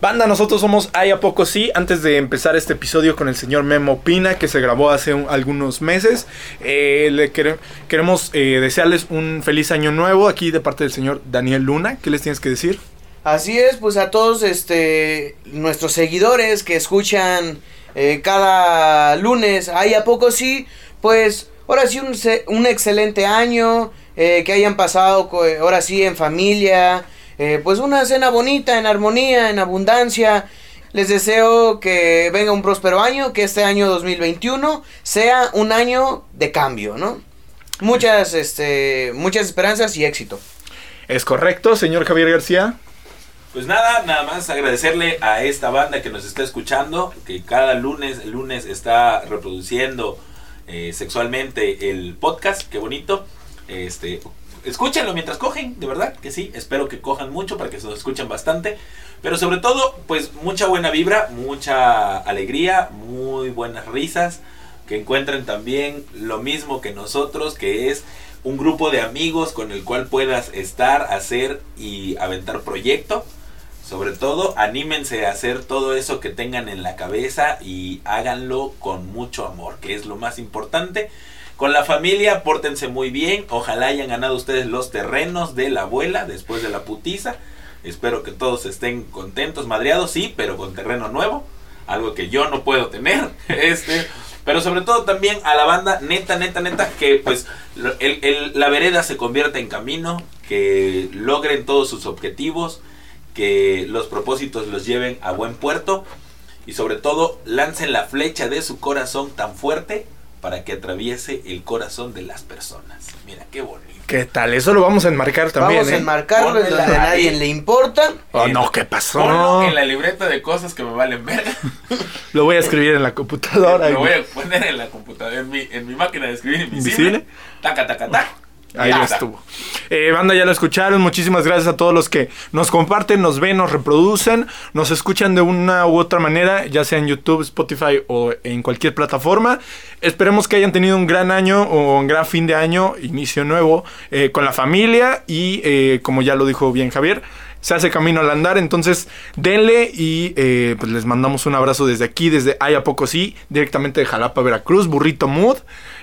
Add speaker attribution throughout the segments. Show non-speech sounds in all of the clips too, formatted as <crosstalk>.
Speaker 1: Banda, nosotros somos Ay a poco sí. Antes de empezar este episodio con el señor Memo Pina, que se grabó hace un- algunos meses, eh, le quere- queremos eh, desearles un feliz año nuevo aquí de parte del señor Daniel Luna. ¿Qué les tienes que decir?
Speaker 2: Así es, pues a todos este nuestros seguidores que escuchan eh, cada lunes, ahí a poco sí, pues ahora sí un, se- un excelente año, eh, que hayan pasado co- eh, ahora sí en familia, eh, pues una cena bonita, en armonía, en abundancia. Les deseo que venga un próspero año, que este año 2021 sea un año de cambio, ¿no? Muchas, este, muchas esperanzas y éxito.
Speaker 1: Es correcto, señor Javier García.
Speaker 3: Pues nada, nada más agradecerle a esta banda que nos está escuchando, que cada lunes, el lunes está reproduciendo eh, sexualmente el podcast, qué bonito. Este, escúchenlo mientras cogen, de verdad que sí, espero que cojan mucho para que se nos escuchen bastante, pero sobre todo, pues mucha buena vibra, mucha alegría, muy buenas risas, que encuentren también lo mismo que nosotros, que es un grupo de amigos con el cual puedas estar, hacer y aventar proyecto. Sobre todo, anímense a hacer todo eso que tengan en la cabeza y háganlo con mucho amor, que es lo más importante. Con la familia, pórtense muy bien. Ojalá hayan ganado ustedes los terrenos de la abuela después de la putiza. Espero que todos estén contentos, madreados, sí, pero con terreno nuevo. Algo que yo no puedo tener. <laughs> Este, pero sobre todo también a la banda, neta, neta, neta, que pues lo- el- el- la vereda se convierta en camino, que logren todos sus objetivos, que los propósitos los lleven a buen puerto y sobre todo lancen la flecha de su corazón tan fuerte para que atraviese el corazón de las personas. Mira, qué bonito.
Speaker 1: ¿Qué tal? Eso lo vamos a enmarcar también.
Speaker 2: Vamos a
Speaker 1: ¿eh?
Speaker 2: enmarcarlo en
Speaker 3: Ponla
Speaker 2: donde a
Speaker 3: ahí.
Speaker 2: nadie le importa.
Speaker 1: Oh, no, ¿qué pasó?
Speaker 3: Ponlo en la libreta de cosas que me valen verga.
Speaker 1: Lo voy a escribir en la computadora.
Speaker 3: Lo voy a poner en la computadora, en mi, en mi máquina de escribir invisible.
Speaker 1: ¿Invisible?
Speaker 3: Taca, taca, taca.
Speaker 1: Ahí
Speaker 3: Ya está.
Speaker 1: estuvo. Eh, banda, ya lo escucharon. Muchísimas gracias a todos los que nos comparten, nos ven, nos reproducen, nos escuchan de una u otra manera, ya sea en YouTube, Spotify o en cualquier plataforma. Esperemos que hayan tenido un gran año o un gran fin de año, inicio nuevo, eh, con la familia y, eh, como ya lo dijo bien Javier, se hace camino al andar. Entonces, denle y eh, pues les mandamos un abrazo desde aquí, desde Ay, a poco sí, directamente de Jalapa, Veracruz, Burrito Mood.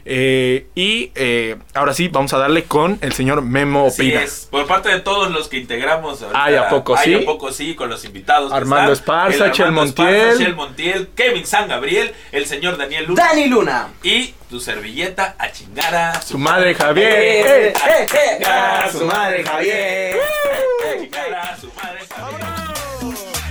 Speaker 1: Eh, y eh, ahora sí, vamos a darle con el señor Memo
Speaker 3: Así
Speaker 1: Pina.
Speaker 3: es. Por parte de todos los que integramos. ahorita,
Speaker 1: Ay, ¿a poco
Speaker 3: Ay,
Speaker 1: sí?
Speaker 3: ¿a poco sí? Con los invitados. que
Speaker 1: Armando
Speaker 3: están,
Speaker 1: Esparza,
Speaker 3: el
Speaker 1: Chel
Speaker 3: Armando
Speaker 1: Montiel.
Speaker 3: Esparza, Chel Montiel, Kevin San Gabriel, el señor Daniel Luna.
Speaker 2: Dani Luna.
Speaker 3: Y tu servilleta a chingar a
Speaker 1: Su madre, Javier.
Speaker 3: Eh,
Speaker 2: Eh, eh, eh,
Speaker 3: chingar a
Speaker 2: su madre, Javier.
Speaker 3: A chingar a su madre, Javier.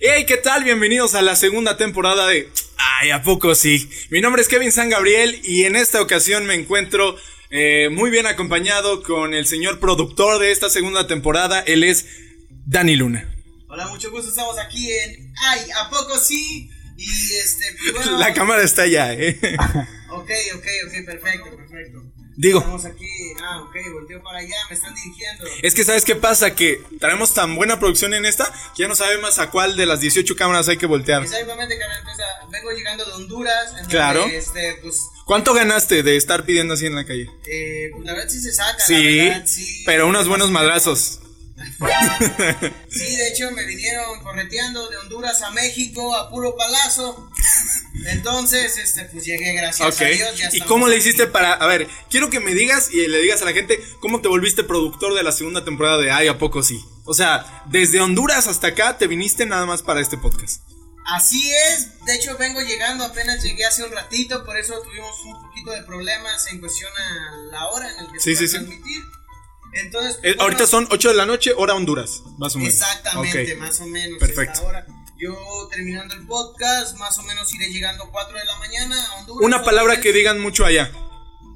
Speaker 4: Hey, ¿qué tal? Bienvenidos a la segunda temporada de Ay, ¿a poco sí? Mi nombre es Kevin San Gabriel y en esta ocasión me encuentro eh, muy bien acompañado con el señor productor de esta segunda temporada. Él es Dani Luna.
Speaker 5: Hola, mucho gusto, estamos aquí en Ay, ¿a poco sí? Y este, pues, bueno,
Speaker 4: La cámara está allá, ¿eh? <laughs>
Speaker 5: ok, ok, ok, perfecto, perfecto.
Speaker 4: Digo,
Speaker 5: Estamos aquí, ah, ok, volteo para allá, me están dirigiendo.
Speaker 4: es que ¿sabes qué pasa? Que traemos tan buena producción en esta que ya no sabemos a cuál de las 18 cámaras hay que voltear.
Speaker 5: Exactamente, carnal, entonces ah, vengo llegando de Honduras. en donde,
Speaker 4: Claro.
Speaker 5: este, pues,
Speaker 4: ¿Cuánto ganaste de estar pidiendo así en la calle?
Speaker 5: eh, pues, la verdad sí se saca, la
Speaker 4: Sí,
Speaker 5: verdad, sí.
Speaker 4: pero unos buenos madrazos.
Speaker 5: Sí, de hecho me vinieron correteando de Honduras a México a puro palazo. Entonces, este, pues llegué, gracias
Speaker 4: Ok.
Speaker 5: a Dios. ya
Speaker 4: ¿Y
Speaker 5: estamos
Speaker 4: cómo le
Speaker 5: aquí.
Speaker 4: hiciste para.? A ver, quiero que me digas y le digas a la gente cómo te volviste productor de la segunda temporada de Ay, ¿a poco sí? O sea, desde Honduras hasta acá te viniste nada más para este podcast.
Speaker 5: Así es, de hecho vengo llegando, apenas llegué hace un ratito, por eso tuvimos un poquito de problemas en cuestión a la hora en la que
Speaker 4: Sí,
Speaker 5: se
Speaker 4: sí, sí.
Speaker 5: va a transmitir. Entonces, pues,
Speaker 4: Eh,
Speaker 5: bueno,
Speaker 4: ahorita son 8 de la noche, hora Honduras, más o menos.
Speaker 5: exactamente,
Speaker 4: Ok.
Speaker 5: más o menos
Speaker 4: Perfecto.
Speaker 5: esta hora. Yo terminando el podcast, más o menos iré llegando 4 de la mañana a Honduras.
Speaker 4: Una palabra que digan mucho allá.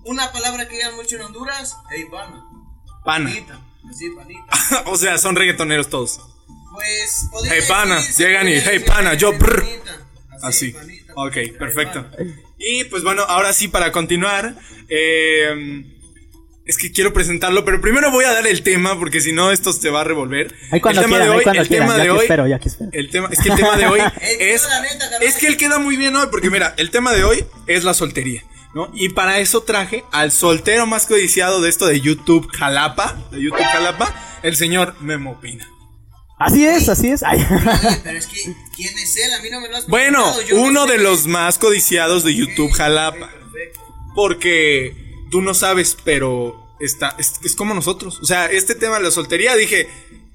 Speaker 5: Una palabra que digan mucho en Honduras, hey, pana.
Speaker 4: Pana.
Speaker 5: Panita. Así, panita.
Speaker 4: <laughs> o sea, son reggaetoneros todos.
Speaker 5: Pues, podría
Speaker 4: Hey, pana.
Speaker 5: decirse
Speaker 4: Llegan y,
Speaker 5: que-
Speaker 4: "Hey, pana, yo, brr".
Speaker 5: panita.
Speaker 4: Así.
Speaker 5: panita.
Speaker 4: Ah, Ok,
Speaker 5: Hey,
Speaker 4: perfecto.
Speaker 5: pana.
Speaker 4: Y pues bueno, ahora sí, para continuar. eh, es que quiero presentarlo, pero primero voy a dar el tema, porque si no, esto te va a revolver.
Speaker 6: Ahí cuando
Speaker 4: el tema
Speaker 6: quieran,
Speaker 4: de hoy,
Speaker 6: ahí cuando
Speaker 4: el tema
Speaker 6: quieran. Ya
Speaker 4: de
Speaker 6: que
Speaker 4: hoy.
Speaker 6: espero, ya que espero.
Speaker 4: El tema, es que el tema
Speaker 5: <laughs>
Speaker 4: de hoy
Speaker 5: que
Speaker 4: es,
Speaker 5: la neta, carnal.
Speaker 4: es que él queda muy bien hoy, porque mira, el tema de hoy es la soltería, ¿no? Y para eso traje al soltero más codiciado de esto de YouTube Jalapa, de YouTube Jalapa, el señor Memo Pina.
Speaker 6: Así es, así es. Ay.
Speaker 5: Oye, Pero es que, ¿quién es él? A mí no me lo has
Speaker 4: Bueno,
Speaker 5: preguntado, yo no
Speaker 4: uno
Speaker 5: sé.
Speaker 4: de los más codiciados de YouTube Jalapa.
Speaker 5: Perfecto.
Speaker 4: Porque tú no sabes, pero está, es, es como nosotros. O sea, este tema de la soltería, dije,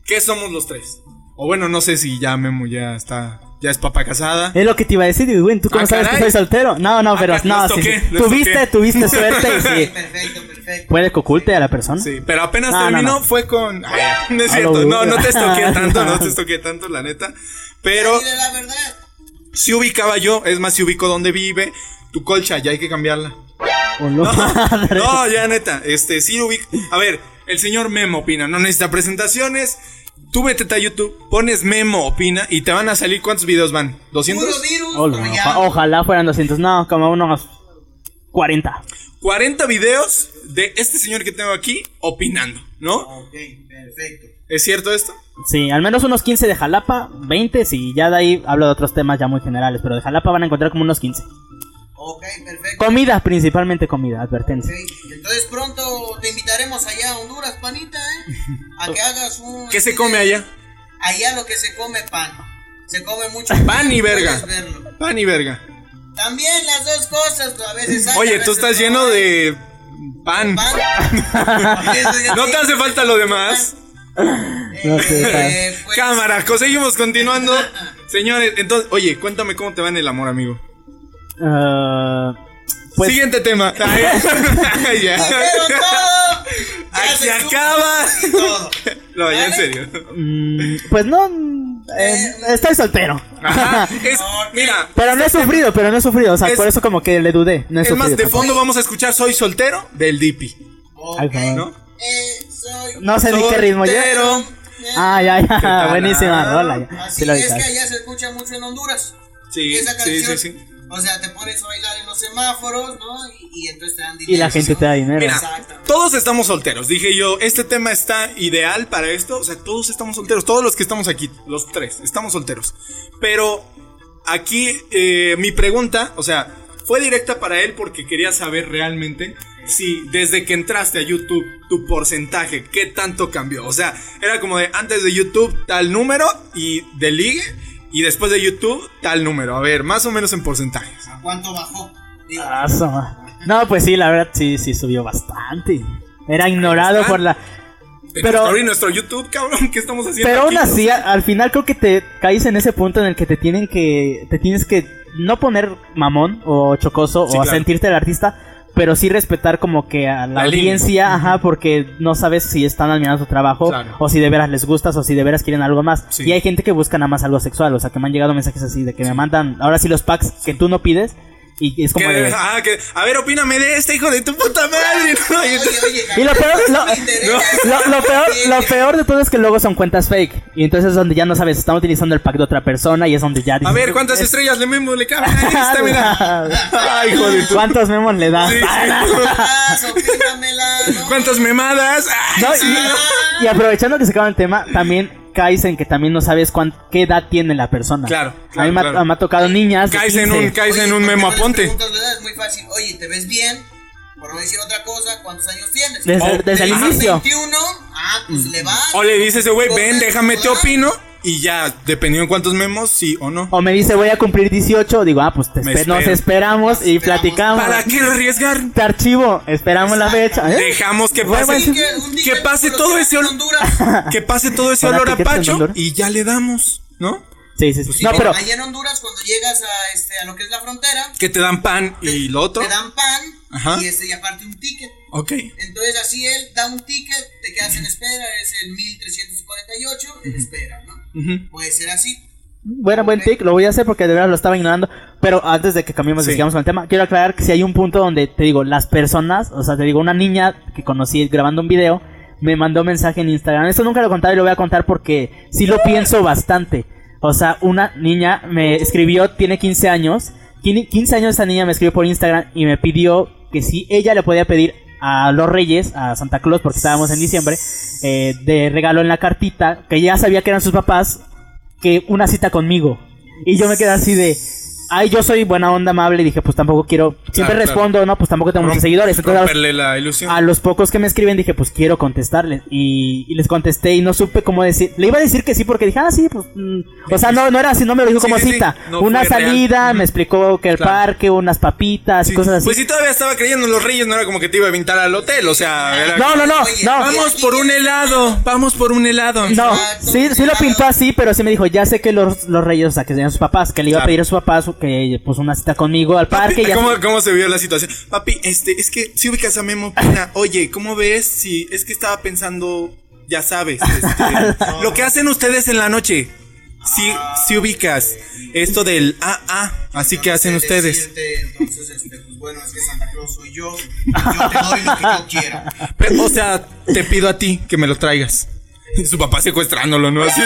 Speaker 4: ¿qué somos los tres? O bueno, no sé si ya Memo ya está, ya es papá casada.
Speaker 6: <laughs> Es lo que te iba a decir, Edwin. ¿Tú cómo
Speaker 4: Ah,
Speaker 6: sabes
Speaker 4: caray.
Speaker 6: que soy soltero? No, no,
Speaker 4: Ah,
Speaker 6: pero
Speaker 4: ca-
Speaker 6: no,
Speaker 4: los
Speaker 6: sí.
Speaker 4: toqué, los
Speaker 6: Tuviste,
Speaker 4: toqué. <laughs>
Speaker 6: tuviste suerte y sí.
Speaker 5: Perfecto, perfecto.
Speaker 6: Puede que oculte a la persona.
Speaker 4: Sí, pero apenas
Speaker 6: No, no,
Speaker 4: terminó,
Speaker 6: no.
Speaker 4: fue con... <laughs> Ay, no es
Speaker 6: A
Speaker 4: cierto,
Speaker 6: lo
Speaker 4: no, no te
Speaker 6: burro. <laughs>
Speaker 4: estoqué tanto, no te estoqué tanto, la neta. Pero
Speaker 5: Dile la verdad.
Speaker 4: si ubicaba yo, es más, si ubico dónde vive, tu colcha, ya hay que cambiarla.
Speaker 6: O no, <laughs> madre.
Speaker 4: No, ya neta, este sí ubico. A ver, el señor Memo opina, no necesita presentaciones. Tú vete a YouTube, pones Memo opina y te van a salir cuántos videos van?
Speaker 5: Puro
Speaker 4: ¿200?
Speaker 5: virus.
Speaker 6: Hola,
Speaker 5: pero
Speaker 6: oja-
Speaker 5: ya.
Speaker 6: ojalá fueran 200. No, como unos 40.
Speaker 4: 40 videos de este señor que tengo aquí opinando, ¿no?
Speaker 5: Ok, perfecto.
Speaker 4: ¿Es cierto esto?
Speaker 6: Sí, al menos unos 15 de Jalapa, 20. Sí, ya de ahí hablo de otros temas ya muy generales. Pero de Jalapa van a encontrar como unos 15.
Speaker 5: Ok, perfecto.
Speaker 6: Comida, principalmente comida,
Speaker 5: Ok,
Speaker 6: advertencia.
Speaker 5: Entonces pronto te invitaremos allá a Honduras, panita, ¿eh? A que hagas un...
Speaker 4: ¿Qué se come allá?
Speaker 5: Allá lo que se come pan. Se come mucho
Speaker 4: Pan y
Speaker 5: puedes
Speaker 4: verga.
Speaker 5: verlo.
Speaker 4: Pan y verga.
Speaker 5: También las dos cosas, tú a veces... hay, a
Speaker 4: Oye,
Speaker 5: veces
Speaker 4: tú estás
Speaker 5: no
Speaker 4: lleno
Speaker 5: hay.
Speaker 4: de pan.
Speaker 5: Pan. <laughs> Eso
Speaker 4: <laughs>
Speaker 5: ya
Speaker 4: No te hace falta lo demás.
Speaker 6: No sé,
Speaker 5: <laughs>
Speaker 6: pa-
Speaker 4: Ah,
Speaker 5: Eh, pues,
Speaker 4: Cámara, co- seguimos continuando. Señores, entonces, oye, cuéntame cómo te va en el amor, amigo. <laughs>
Speaker 6: Ah, pues,
Speaker 4: Siguiente
Speaker 5: <laughs>
Speaker 4: tema. Ay, <laughs> ya.
Speaker 5: Pero todo... ya
Speaker 4: Aquí
Speaker 5: se supo
Speaker 4: acaba. <laughs>
Speaker 5: Todo.
Speaker 4: No, ya en
Speaker 5: ¿Vale?
Speaker 4: serio.
Speaker 6: mm, pues no. mm, eh, estoy soltero.
Speaker 4: Ajá, es- mira,
Speaker 6: Pero no he sufrido, pero no he sufrido. O sea,
Speaker 4: Es-
Speaker 6: por eso como que le dudé. No he
Speaker 4: es más,
Speaker 6: sufrido.
Speaker 4: de
Speaker 6: tampoco.
Speaker 4: fondo vamos a escuchar Soy soltero del Dipi,
Speaker 5: Ok.
Speaker 6: Ay, joder.
Speaker 4: ¿no?
Speaker 5: Eh, soy...
Speaker 6: No sé ni qué ritmo ya.
Speaker 4: Soltero.
Speaker 5: Eh,
Speaker 6: Ah, ya, ya.
Speaker 4: tal?
Speaker 6: <laughs>
Speaker 4: Ah,
Speaker 6: Buenísima rola. ya.
Speaker 5: Así
Speaker 6: Sí, lo
Speaker 5: es que
Speaker 6: ubicas.
Speaker 5: allá se escucha mucho en Honduras.
Speaker 4: Sí,
Speaker 5: esa
Speaker 4: sí, sí,
Speaker 5: canción.
Speaker 4: sí.
Speaker 5: O sea, te pones a bailar en los semáforos, ¿no? Y, y entonces te dan dinero.
Speaker 6: Y la gente
Speaker 5: ¿no?
Speaker 6: te da dinero.
Speaker 4: Mira,
Speaker 5: Exactamente.
Speaker 4: todos estamos solteros. Dije yo, este tema está ideal para esto. O sea, todos estamos solteros. Todos los que estamos aquí, los tres, estamos solteros. Pero aquí eh, mi pregunta, o sea, fue directa para él porque quería saber realmente si desde que entraste a YouTube, tu porcentaje, qué tanto cambió. O sea, era como de antes de YouTube, tal número y de ligue. Y después de YouTube, tal número. A ver, más o menos en porcentajes.
Speaker 5: ¿A cuánto bajó? Digo,
Speaker 6: Ah, su ma- No, pues sí, la verdad sí, sí subió bastante. Era ignorado
Speaker 4: está.
Speaker 6: por la.
Speaker 4: Pero.
Speaker 6: Pero-
Speaker 4: nuestro YouTube, cabrón, ¿qué estamos haciendo?
Speaker 6: Pero
Speaker 4: aquí?
Speaker 6: aún así, a- al final creo que te caes en ese punto en el que te tienen que. Te tienes que no poner mamón o chocoso
Speaker 4: Sí,
Speaker 6: o a
Speaker 4: claro.
Speaker 6: sentirte el artista. Pero sí respetar como que
Speaker 4: La
Speaker 6: a la,
Speaker 4: línea.
Speaker 6: audiencia, ajá, porque no sabes si están admirando tu trabajo
Speaker 4: Claro.
Speaker 6: o si de veras les gustas o si de veras quieren algo más.
Speaker 4: Sí.
Speaker 6: Y hay gente que busca nada más algo sexual, o sea, que me han llegado mensajes así de que me mandan ahora sí los packs que tú no pides y es como
Speaker 4: Que-
Speaker 6: de...
Speaker 4: ah, que- a ver, opíname de este hijo de tu puta madre. ¿no? Y
Speaker 5: Oye,
Speaker 4: entonces-
Speaker 5: oye,
Speaker 6: Y lo peor, lo,
Speaker 5: me interesa.
Speaker 6: lo- lo peor, lo peor de todo es que luego son cuentas fake. Y entonces es donde ya no sabes, están utilizando el pack de otra persona y es donde ya
Speaker 4: a
Speaker 6: dices,
Speaker 4: ver, ¿cuántas
Speaker 6: "Es-
Speaker 4: estrellas le memo le caben a
Speaker 6: <laughs>
Speaker 4: esta? Mira. Ay, hijo de tu.
Speaker 6: ¿Cuántos memos le das?
Speaker 4: Sí,
Speaker 5: Ah, opínamela,
Speaker 4: sí.
Speaker 5: ¿no?
Speaker 4: ¿Cuántas memadas? Ay,
Speaker 6: No,
Speaker 4: sí.
Speaker 6: y, y aprovechando que se acaba el tema, también caes en que también no sabes cuán- qué edad tiene la persona.
Speaker 4: Claro,
Speaker 6: a mí
Speaker 4: claro,
Speaker 6: me, ha-
Speaker 4: claro.
Speaker 6: me ha tocado niñas. de
Speaker 4: Caes en
Speaker 6: 15.
Speaker 4: un, caes
Speaker 5: Oye,
Speaker 4: en un
Speaker 5: ¿por qué
Speaker 4: memo
Speaker 5: no les
Speaker 4: aponte.
Speaker 5: preguntas de edad? Es muy fácil. Oye, ¿te ves bien? Por no decir otra cosa, ¿cuántos años tienes?
Speaker 6: Desde,
Speaker 4: Oh,
Speaker 6: desde el
Speaker 5: Ah,
Speaker 6: inicio.
Speaker 5: 21. Ah, pues
Speaker 4: Mm.
Speaker 5: le vas.
Speaker 4: O le dices, güey, ven, déjame te
Speaker 5: Hola.
Speaker 4: opino. Y ya, dependiendo en cuántos memos, sí o no.
Speaker 6: O me dice, voy a cumplir 18. Digo, ah, pues te
Speaker 4: Me
Speaker 6: espe- nos
Speaker 4: espero.
Speaker 6: esperamos y
Speaker 5: Esperamos.
Speaker 6: platicamos.
Speaker 4: ¿Para qué lo arriesgar?
Speaker 6: Te archivo, esperamos la fecha. ¿eh?
Speaker 4: Dejamos que
Speaker 6: Bueno,
Speaker 4: pase,
Speaker 6: bueno,
Speaker 5: Que un
Speaker 4: que
Speaker 5: día
Speaker 4: pase
Speaker 5: te
Speaker 4: todo
Speaker 5: conocerás
Speaker 4: ese
Speaker 5: en
Speaker 4: olor,
Speaker 6: <laughs>
Speaker 5: Honduras.
Speaker 4: que pase todo ese
Speaker 6: Hola,
Speaker 4: olor a
Speaker 6: piquetes en
Speaker 4: pacho
Speaker 6: Honduras.
Speaker 4: y ya le damos, ¿no?
Speaker 6: Sí, sí, sí.
Speaker 4: Pues
Speaker 6: no,
Speaker 4: sí.
Speaker 6: pero
Speaker 5: Allá en Honduras, cuando llegas a, este, a lo que es la frontera,
Speaker 4: Que te dan pan y lo otro.
Speaker 5: te dan pan
Speaker 4: Ajá.
Speaker 5: y, este, y aparte un ticket.
Speaker 4: Ok.
Speaker 5: Entonces así él da un ticket, te quedas en espera, es el 1348, en espera, ¿no?
Speaker 4: Ujú.
Speaker 5: Puede ser así.
Speaker 6: Bueno, buen tic, lo voy a hacer porque de verdad lo estaba ignorando. Pero antes de que cambiemos,
Speaker 4: Sí.
Speaker 6: sigamos con el tema, quiero aclarar que si hay un punto donde te digo, las personas, o sea, te digo, una niña que conocí grabando un video, me mandó mensaje en Instagram. Esto nunca lo he contado y lo voy a contar porque sí lo pienso bastante. O sea, una niña me escribió, tiene 15 años. 15 años esta niña me escribió por Instagram y me pidió que si ella le podía pedir a los Reyes, a Santa Claus, porque estábamos en diciembre, eh, de regalo en la cartita, que ya sabía que eran sus papás, que una cita conmigo. Y yo me quedé así de. Ay, yo soy buena onda, amable. Y dije, pues tampoco quiero. Siempre
Speaker 4: Claro, claro.
Speaker 6: respondo, ¿no? Pues tampoco tengo muchos
Speaker 4: Rom-
Speaker 6: seguidores. Entonces, a los-
Speaker 4: Romperle la ilusión.
Speaker 6: a los pocos que me escriben dije, pues quiero contestarles. Y, y les contesté y no supe cómo decir. Le iba a decir que sí porque dije, ah, sí, pues. mm. O sea, no, no era así, no me lo dijo
Speaker 4: Sí,
Speaker 6: como
Speaker 4: sí, sí.
Speaker 6: cita.
Speaker 4: No
Speaker 6: una
Speaker 4: fue real.
Speaker 6: salida,
Speaker 4: Ujú.
Speaker 6: me explicó que el
Speaker 4: Claro.
Speaker 6: parque, unas papitas,
Speaker 4: Sí.
Speaker 6: cosas así.
Speaker 4: Pues si todavía estaba creyendo en los reyes, no era como que te iba a invitar al hotel, o sea, era-
Speaker 6: no, no, no,
Speaker 5: Oye,
Speaker 6: no.
Speaker 4: Vamos por un helado, vamos por un helado.
Speaker 6: No,
Speaker 5: Exacto,
Speaker 6: sí, sí lo pintó así, pero sí me dijo, ya sé que los, los reyes, o sea, que serían sus papás, que le iba a
Speaker 4: Claro.
Speaker 6: pedir a sus papás que pues una cita conmigo al parque. ya
Speaker 4: ¿Cómo,
Speaker 6: sé-
Speaker 4: cómo se vio la situación? Papi, este, es que si ubicas a Memo Pina, oye, ¿cómo ves? Si es que estaba pensando, ya sabes,
Speaker 6: <laughs>
Speaker 4: este, lo que hacen ustedes en la noche. Si, si ubicas esto del ah, ah, así que hacen
Speaker 5: Entonces,
Speaker 4: ustedes.
Speaker 5: decirte, Entonces, este, pues bueno, es que Santa Claus soy yo. Yo te doy lo que yo quiera.
Speaker 4: Pero, o sea, te pido a ti que me lo traigas. Su papá secuestrándolo, ¿no? Así,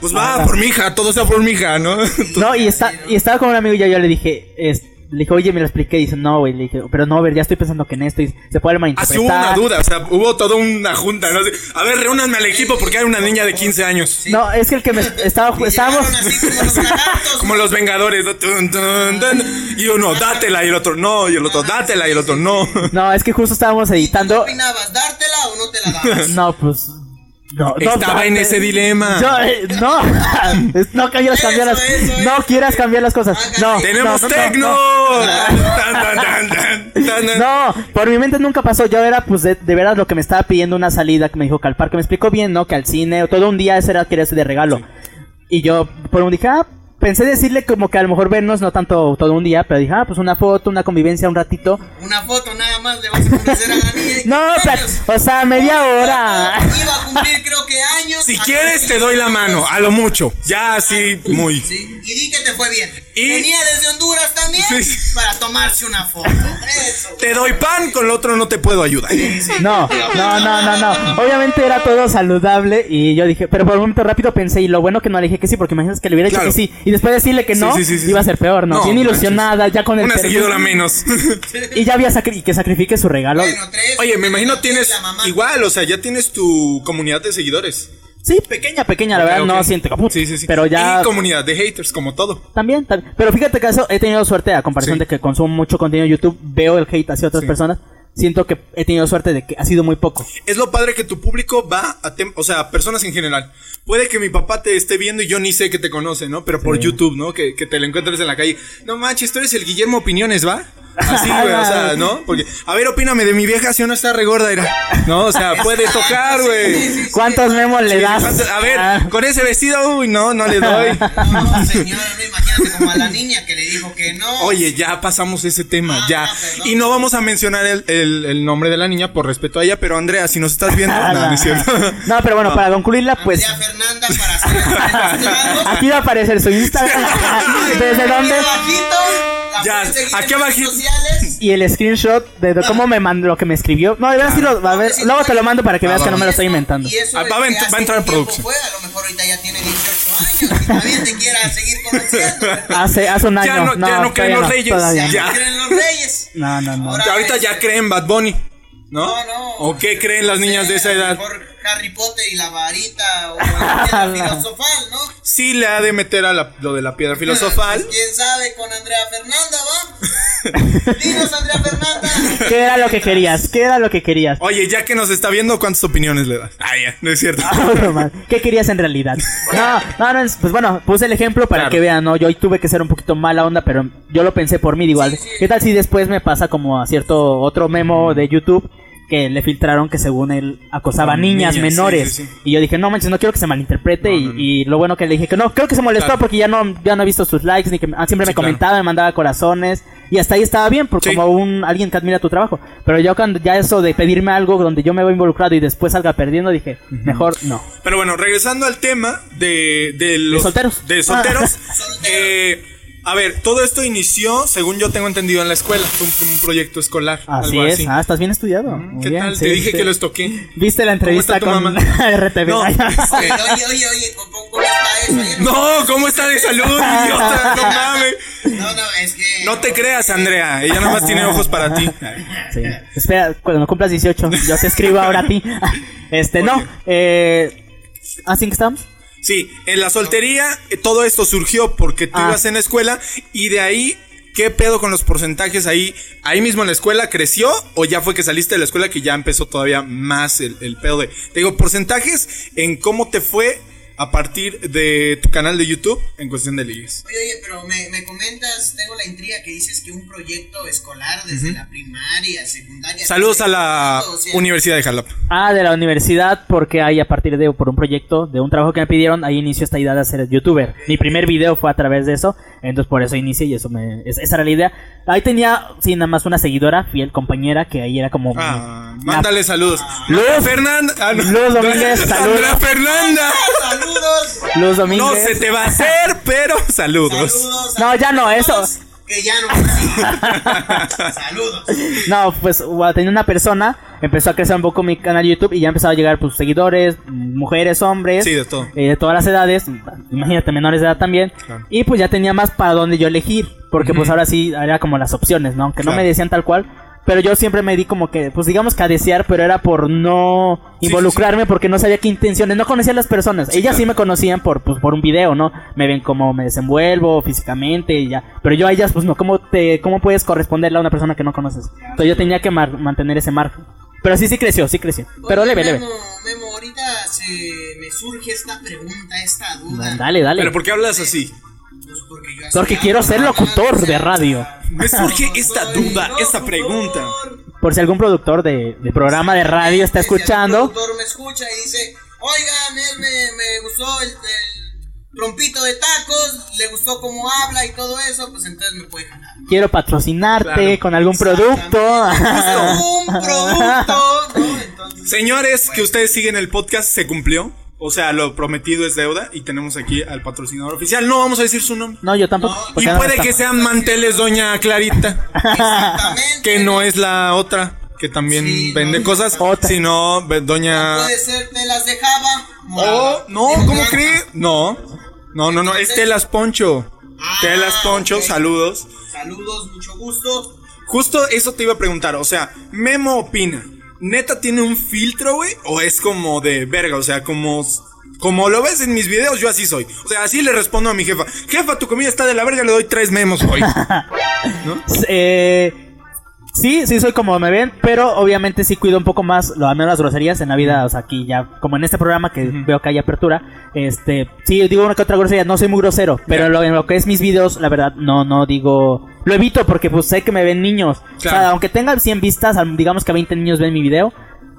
Speaker 4: pues va,
Speaker 6: Ah.
Speaker 4: por mi hija, todo sea por mi hija, ¿no?
Speaker 6: No, y, está, y estaba con un amigo y yo, yo le dije, es- le dije, oye, me lo expliqué. Y dice, no, güey, le dije, pero no, a ver, ya estoy pensando que en esto y se puede
Speaker 4: Así
Speaker 6: malinterpretar.
Speaker 4: hubo una duda, o sea, hubo toda una junta, ¿no? Así, A ver, reúnanme al equipo porque hay una niña de 15 años.
Speaker 6: No, es que el que
Speaker 5: <laughs>
Speaker 6: me estaba, estábamos,
Speaker 5: Llegaron así como los
Speaker 6: <laughs>
Speaker 5: lagartos.
Speaker 4: Como los Vengadores. ¿no? Tun, tun, tun. Y uno, dátela, y el otro, no. Y el otro, dátela, y el otro, no.
Speaker 6: <laughs> no, es que justo estábamos
Speaker 5: ¿Qué
Speaker 6: editando.
Speaker 5: opinabas? ¿Dártela o no te la dabas?
Speaker 6: No, pues, no, no,
Speaker 4: Estaba en
Speaker 6: eh,
Speaker 4: ese dilema.
Speaker 6: Yo, eh,
Speaker 5: <laughs>
Speaker 6: no, es- no quieras cambiar las,
Speaker 5: Eso, eso,
Speaker 6: no
Speaker 5: eso.
Speaker 6: quieras cambiar las cosas. No,
Speaker 4: ¡Tenemos
Speaker 6: no, no, no,
Speaker 4: Tecno!
Speaker 6: no.
Speaker 4: Tan, tan, tan, tan, tan.
Speaker 6: No, por mi mente nunca pasó. Yo era, pues, de, de veras lo que me estaba pidiendo una salida. Que me dijo que al parque me explicó bien, ¿no? Que al cine, o todo un día ese era que era ese de regalo. Y yo, por un dije, ah, pensé decirle como que a lo mejor vernos, no tanto todo un día, pero dije, ah, pues una foto, una convivencia, un ratito.
Speaker 5: Una foto nada más le vas a convencer a la niña.
Speaker 6: <laughs> No,
Speaker 5: Cumpleaños.
Speaker 6: pla- o sea, media hora.
Speaker 5: Iba a cumplir creo que años.
Speaker 4: Si quieres, te doy la mano, a lo mucho. Ya así, muy.
Speaker 5: Sí, y di que te fue bien.
Speaker 4: Y-
Speaker 5: Venía desde Honduras también
Speaker 4: Sí, sí.
Speaker 5: para tomarse una foto. Eso.
Speaker 4: Te doy pan, con lo otro no te puedo ayudar.
Speaker 6: No, no, no, no, no. Obviamente era todo saludable y yo dije, pero por un momento rápido pensé y lo bueno que no le dije que sí, porque imagínate que le hubiera dicho
Speaker 4: Claro.
Speaker 6: que sí y después decirle que
Speaker 4: Sí,
Speaker 6: no,
Speaker 4: sí, sí, sí,
Speaker 6: iba a
Speaker 4: sí.
Speaker 6: ser peor, ¿no?
Speaker 4: No,
Speaker 6: Bien
Speaker 4: manches.
Speaker 6: ilusionada, ya con el
Speaker 4: Una
Speaker 6: perfil.
Speaker 4: seguidora
Speaker 5: <laughs>
Speaker 4: menos.
Speaker 6: y ya había sacri- y que sacrifique su regalo.
Speaker 5: Bueno, tres.
Speaker 4: Oye, me imagino
Speaker 5: La
Speaker 4: tienes.
Speaker 5: mamá.
Speaker 4: Igual, o sea, ya tienes tu comunidad de seguidores.
Speaker 6: Sí, pequeña, pequeña, la
Speaker 4: Ok,
Speaker 6: verdad,
Speaker 4: ok.
Speaker 6: no siento caput.
Speaker 4: Sí, sí, sí.
Speaker 6: Pero ya.
Speaker 4: Y comunidad de haters, como todo.
Speaker 6: También, también. Pero fíjate que eso he tenido suerte, a comparación
Speaker 4: Sí.
Speaker 6: de que consumo mucho contenido en YouTube, veo el hate hacia otras
Speaker 4: Sí.
Speaker 6: personas. Siento que he tenido suerte de que ha sido muy poco.
Speaker 4: Es lo padre que tu público va a... tem- o sea, personas en general. Puede que mi papá te esté viendo y yo ni sé que te conoce, ¿no? Pero por YouTube, ¿no? Que, que te lo encuentres en la calle. No manches, tú eres el Guillermo Opiniones, ¿va? Así, güey, o sea, ¿no? Porque, a ver, opíname de mi vieja si o no está regorda, era. No, o sea, puede
Speaker 5: <laughs>
Speaker 4: tocar, güey.
Speaker 6: ¿Cuántos memos le das?
Speaker 4: A
Speaker 6: Ah,
Speaker 4: ver, con ese vestido, uy, no, no le doy.
Speaker 6: <laughs>
Speaker 5: No, señora, no imagínate como a la niña que le dijo que no.
Speaker 4: Oye, ya pasamos ese tema,
Speaker 5: Ah,
Speaker 4: ya.
Speaker 5: perdón.
Speaker 4: Y no vamos a mencionar el, el- el nombre de la niña por respeto a ella, pero Andrea, si nos estás viendo,
Speaker 6: <laughs>
Speaker 4: no, no es cierto. <laughs>
Speaker 6: no, pero bueno, para concluirla,
Speaker 5: <laughs>
Speaker 6: pues.
Speaker 5: Andrea Fernanda para
Speaker 6: <laughs>
Speaker 5: hacer
Speaker 6: Aquí va a aparecer su Instagram. ¿Desde dónde?
Speaker 4: Ya, aquí abajito.
Speaker 5: Sociales.
Speaker 6: Y el screenshot de de cómo me mandó lo que me escribió. No, de verdad sí lo va a ver. Luego te lo mando para que veas que no me lo estoy inventando.
Speaker 5: Y eso
Speaker 4: Ah,
Speaker 5: es
Speaker 4: va a
Speaker 5: que
Speaker 4: ent- va a
Speaker 5: hace
Speaker 4: entrar en
Speaker 5: tiempo
Speaker 4: producción.
Speaker 5: fue, a lo mejor ahorita ya tiene 18 años y también te quiera seguir
Speaker 4: <laughs>
Speaker 5: conociendo.
Speaker 6: Hace, hace un año.
Speaker 4: Ya no, ya no creen
Speaker 6: todavía
Speaker 4: los
Speaker 6: no,
Speaker 4: reyes.
Speaker 6: todavía no.
Speaker 4: Ya.
Speaker 5: Ya creen los reyes.
Speaker 6: No, no, no.
Speaker 5: Ahora-
Speaker 4: Ya Ahorita ya creen Bad Bunny, ¿no?
Speaker 5: No, no.
Speaker 4: ¿O qué creen las niñas de esa
Speaker 5: A lo
Speaker 4: edad?
Speaker 5: Mejor Harry Potter y la varita o la piedra filosofal, ¿no?
Speaker 4: Sí le ha de meter a la- lo de la piedra filosofal.
Speaker 5: Pues, ¿Quién sabe con Andrea Fernanda,
Speaker 4: <laughs>
Speaker 5: va? Dinos, Andrea Fernanda.
Speaker 6: <laughs> ¿Qué era lo que querías? ¿Qué era lo que querías?
Speaker 4: Oye, ya que nos está viendo, ¿cuántas opiniones le das? Ah, ya, no es cierto.
Speaker 6: <laughs> Ahora más, ¿Qué querías en realidad? No, no, no, es- pues bueno, puse el ejemplo para
Speaker 4: Claro.
Speaker 6: que vean, ¿no? Yo hoy tuve que ser un poquito mala onda, pero yo lo pensé por mí, digo, al- ¿qué tal si después me pasa como a cierto otro memo de YouTube que le filtraron que según él acosaba a
Speaker 4: Con niñas,
Speaker 6: niñas,
Speaker 4: sí,
Speaker 6: menores?
Speaker 4: sí, sí.
Speaker 6: Y yo dije, no manches, no quiero que se malinterprete. y, y lo bueno que le dije que no, creo que se molestó
Speaker 4: Claro.
Speaker 6: porque ya no, ya no he visto sus likes, ni que ah, siempre
Speaker 4: Sí, claro.
Speaker 6: me comentaba, me mandaba corazones. Y hasta ahí estaba bien, por
Speaker 4: Sí.
Speaker 6: como un alguien que admira tu trabajo. Pero yo cuando ya eso de pedirme algo donde yo me voy involucrado y después salga perdiendo, dije, mejor no.
Speaker 4: Pero bueno, regresando al tema de, de los
Speaker 6: solteros.
Speaker 5: Ah.
Speaker 4: de solteros, <laughs> eh, A ver, todo esto inició, según yo tengo entendido, en la escuela. Fue un, como un proyecto escolar.
Speaker 6: Así
Speaker 4: algo
Speaker 6: es.
Speaker 4: así.
Speaker 6: Ah, estás bien estudiado. Muy
Speaker 4: ¿Qué
Speaker 6: bien,
Speaker 4: tal?
Speaker 6: sí,
Speaker 4: Te dije
Speaker 6: sí.
Speaker 4: que los toqué.
Speaker 6: ¿Viste la entrevista
Speaker 4: ¿Cómo está tu
Speaker 6: con <laughs>
Speaker 4: mamá?
Speaker 6: RTV?
Speaker 4: No, este,
Speaker 5: Oye, oye, oye, oye, ¿cómo, cómo está eso? Oye, no,
Speaker 4: Eh. No, ¿cómo está de
Speaker 6: <laughs>
Speaker 4: salud, idiota? No mames.
Speaker 5: no, no, es que.
Speaker 4: No te creas, Andrea. Ella nomás tiene ojos para ti.
Speaker 6: Sí. Espera, cuando cumplas 18, yo te escribo ahora a ti. <laughs> Este, no. Eh, ¿Así que estamos?
Speaker 4: Sí, en la soltería eh, todo esto surgió porque tú
Speaker 6: Ah.
Speaker 4: ibas en la escuela y de ahí, ¿qué pedo con los porcentajes ahí? ¿Ahí mismo en la escuela creció o ya fue que saliste de la escuela que ya empezó todavía más el, el pedo de... Te digo, porcentajes en cómo te fue a partir de tu canal de YouTube en cuestión de ligues.
Speaker 5: Oye, oye, pero me, me comentas, tengo la intriga que dices que un proyecto escolar desde la primaria, secundaria.
Speaker 4: Saludos a la
Speaker 5: todo, o sea,
Speaker 4: Universidad de Jalapa.
Speaker 6: Ah, de la universidad, porque ahí a partir de por un proyecto, de un trabajo que me pidieron, ahí inició esta idea de ser youtuber. Mi primer video fue a través de eso, entonces por eso inicié y eso me... es- esa era la idea. Ahí tenía, sí, nada más una seguidora, fiel compañera, que ahí era como... mi-
Speaker 4: Ah,
Speaker 6: la-
Speaker 4: mándale saludos.
Speaker 6: Luz.
Speaker 4: Fernanda. ah, no.
Speaker 6: Luz Domínguez, saludos.
Speaker 4: Andrea Fernanda.
Speaker 5: Saludos,
Speaker 6: Luz Domínguez.
Speaker 4: No se te va a hacer, pero saludos.
Speaker 5: saludos.
Speaker 6: No, ya no, eso.
Speaker 5: saludos, Que ya no. saludos.
Speaker 6: No, pues bueno, tenía una persona, empezó a crecer un poco mi canal de YouTube y ya empezaba a llegar pues seguidores, mujeres, hombres,
Speaker 4: Sí, de todo.
Speaker 6: eh, de todas las edades, imagínate menores de edad también,
Speaker 4: Claro.
Speaker 6: y pues ya tenía más para dónde yo elegir, porque pues ahora sí era como las opciones, ¿no? Aunque
Speaker 4: Claro.
Speaker 6: no me decían tal cual, pero yo siempre me di como que, pues digamos que a desear, pero era por no
Speaker 4: sí,
Speaker 6: involucrarme, porque no sabía qué intenciones, no conocía a las personas, ellas sí me conocían por, pues, por un video, ¿no? Me ven cómo me desenvuelvo físicamente y ya, pero yo a ellas, pues no, ¿cómo, te, cómo puedes corresponderle a una persona que no conoces? Entonces yo tenía que mar- mantener ese margen. Pero sí, sí creció, sí creció. Pero
Speaker 5: Oye,
Speaker 6: leve, leve.
Speaker 5: Memo, Memo, ahorita se me surge esta pregunta, esta duda.
Speaker 6: Dale, dale.
Speaker 4: Pero ¿por qué hablas así?
Speaker 5: Pues porque yo
Speaker 6: Porque
Speaker 5: hacía-
Speaker 6: quiero ser locutor de radio.
Speaker 4: Me surge esta
Speaker 5: Soy
Speaker 4: duda, esta
Speaker 5: locutor.
Speaker 4: pregunta.
Speaker 6: Por si algún productor de, de programa de radio está
Speaker 5: Si algún
Speaker 6: escuchando.
Speaker 5: productor me escucha y dice, oigan, él me, me gustó el, el trompito de tacos, le gustó cómo habla y todo eso, pues entonces me puede ganar.
Speaker 6: Quiero patrocinarte con algún producto. Ah.
Speaker 5: un producto, ¿no? Entonces,
Speaker 4: Señores, que ustedes siguen el podcast, se cumplió. O sea, lo prometido es deuda y tenemos aquí al patrocinador oficial. No vamos a decir su nombre.
Speaker 6: <laughs> no, yo tampoco. porque
Speaker 4: y
Speaker 6: no me
Speaker 4: puede
Speaker 6: está-
Speaker 4: que sean manteles Doña Clarita,
Speaker 5: exactamente.
Speaker 4: que no es la otra que también
Speaker 5: Sí,
Speaker 4: vende
Speaker 5: no,
Speaker 4: cosas,
Speaker 6: otra.
Speaker 4: sino ve- Doña
Speaker 5: Puede ser, te las dejaba.
Speaker 4: Oh, no, ¿cómo crees? No. No, no, no, es Telas Poncho.
Speaker 5: Ah,
Speaker 4: Telas Poncho,
Speaker 5: ok.
Speaker 4: saludos.
Speaker 5: Saludos, mucho gusto.
Speaker 4: Justo eso te iba a preguntar, o sea, Memo opina. ¿Neta tiene un filtro, güey? ¿O es como de verga? O sea, como... Como lo ves en mis videos, yo así soy. O sea, así le respondo a mi jefa. Jefa, tu comida está de la verga, le doy tres memos hoy.
Speaker 6: Eh, sí, sí soy como me ven, pero obviamente sí cuido un poco más, lo al menos las groserías en la vida, o sea, aquí ya, como en este programa que veo que hay apertura, este, sí, digo una que otra grosería, no soy muy grosero, pero en lo- en lo que es mis videos, la verdad, no, no digo, lo evito porque pues sé que me ven niños, o
Speaker 4: Claro.
Speaker 6: sea, aunque tenga 100 vistas, al- digamos que 20 niños ven mi video,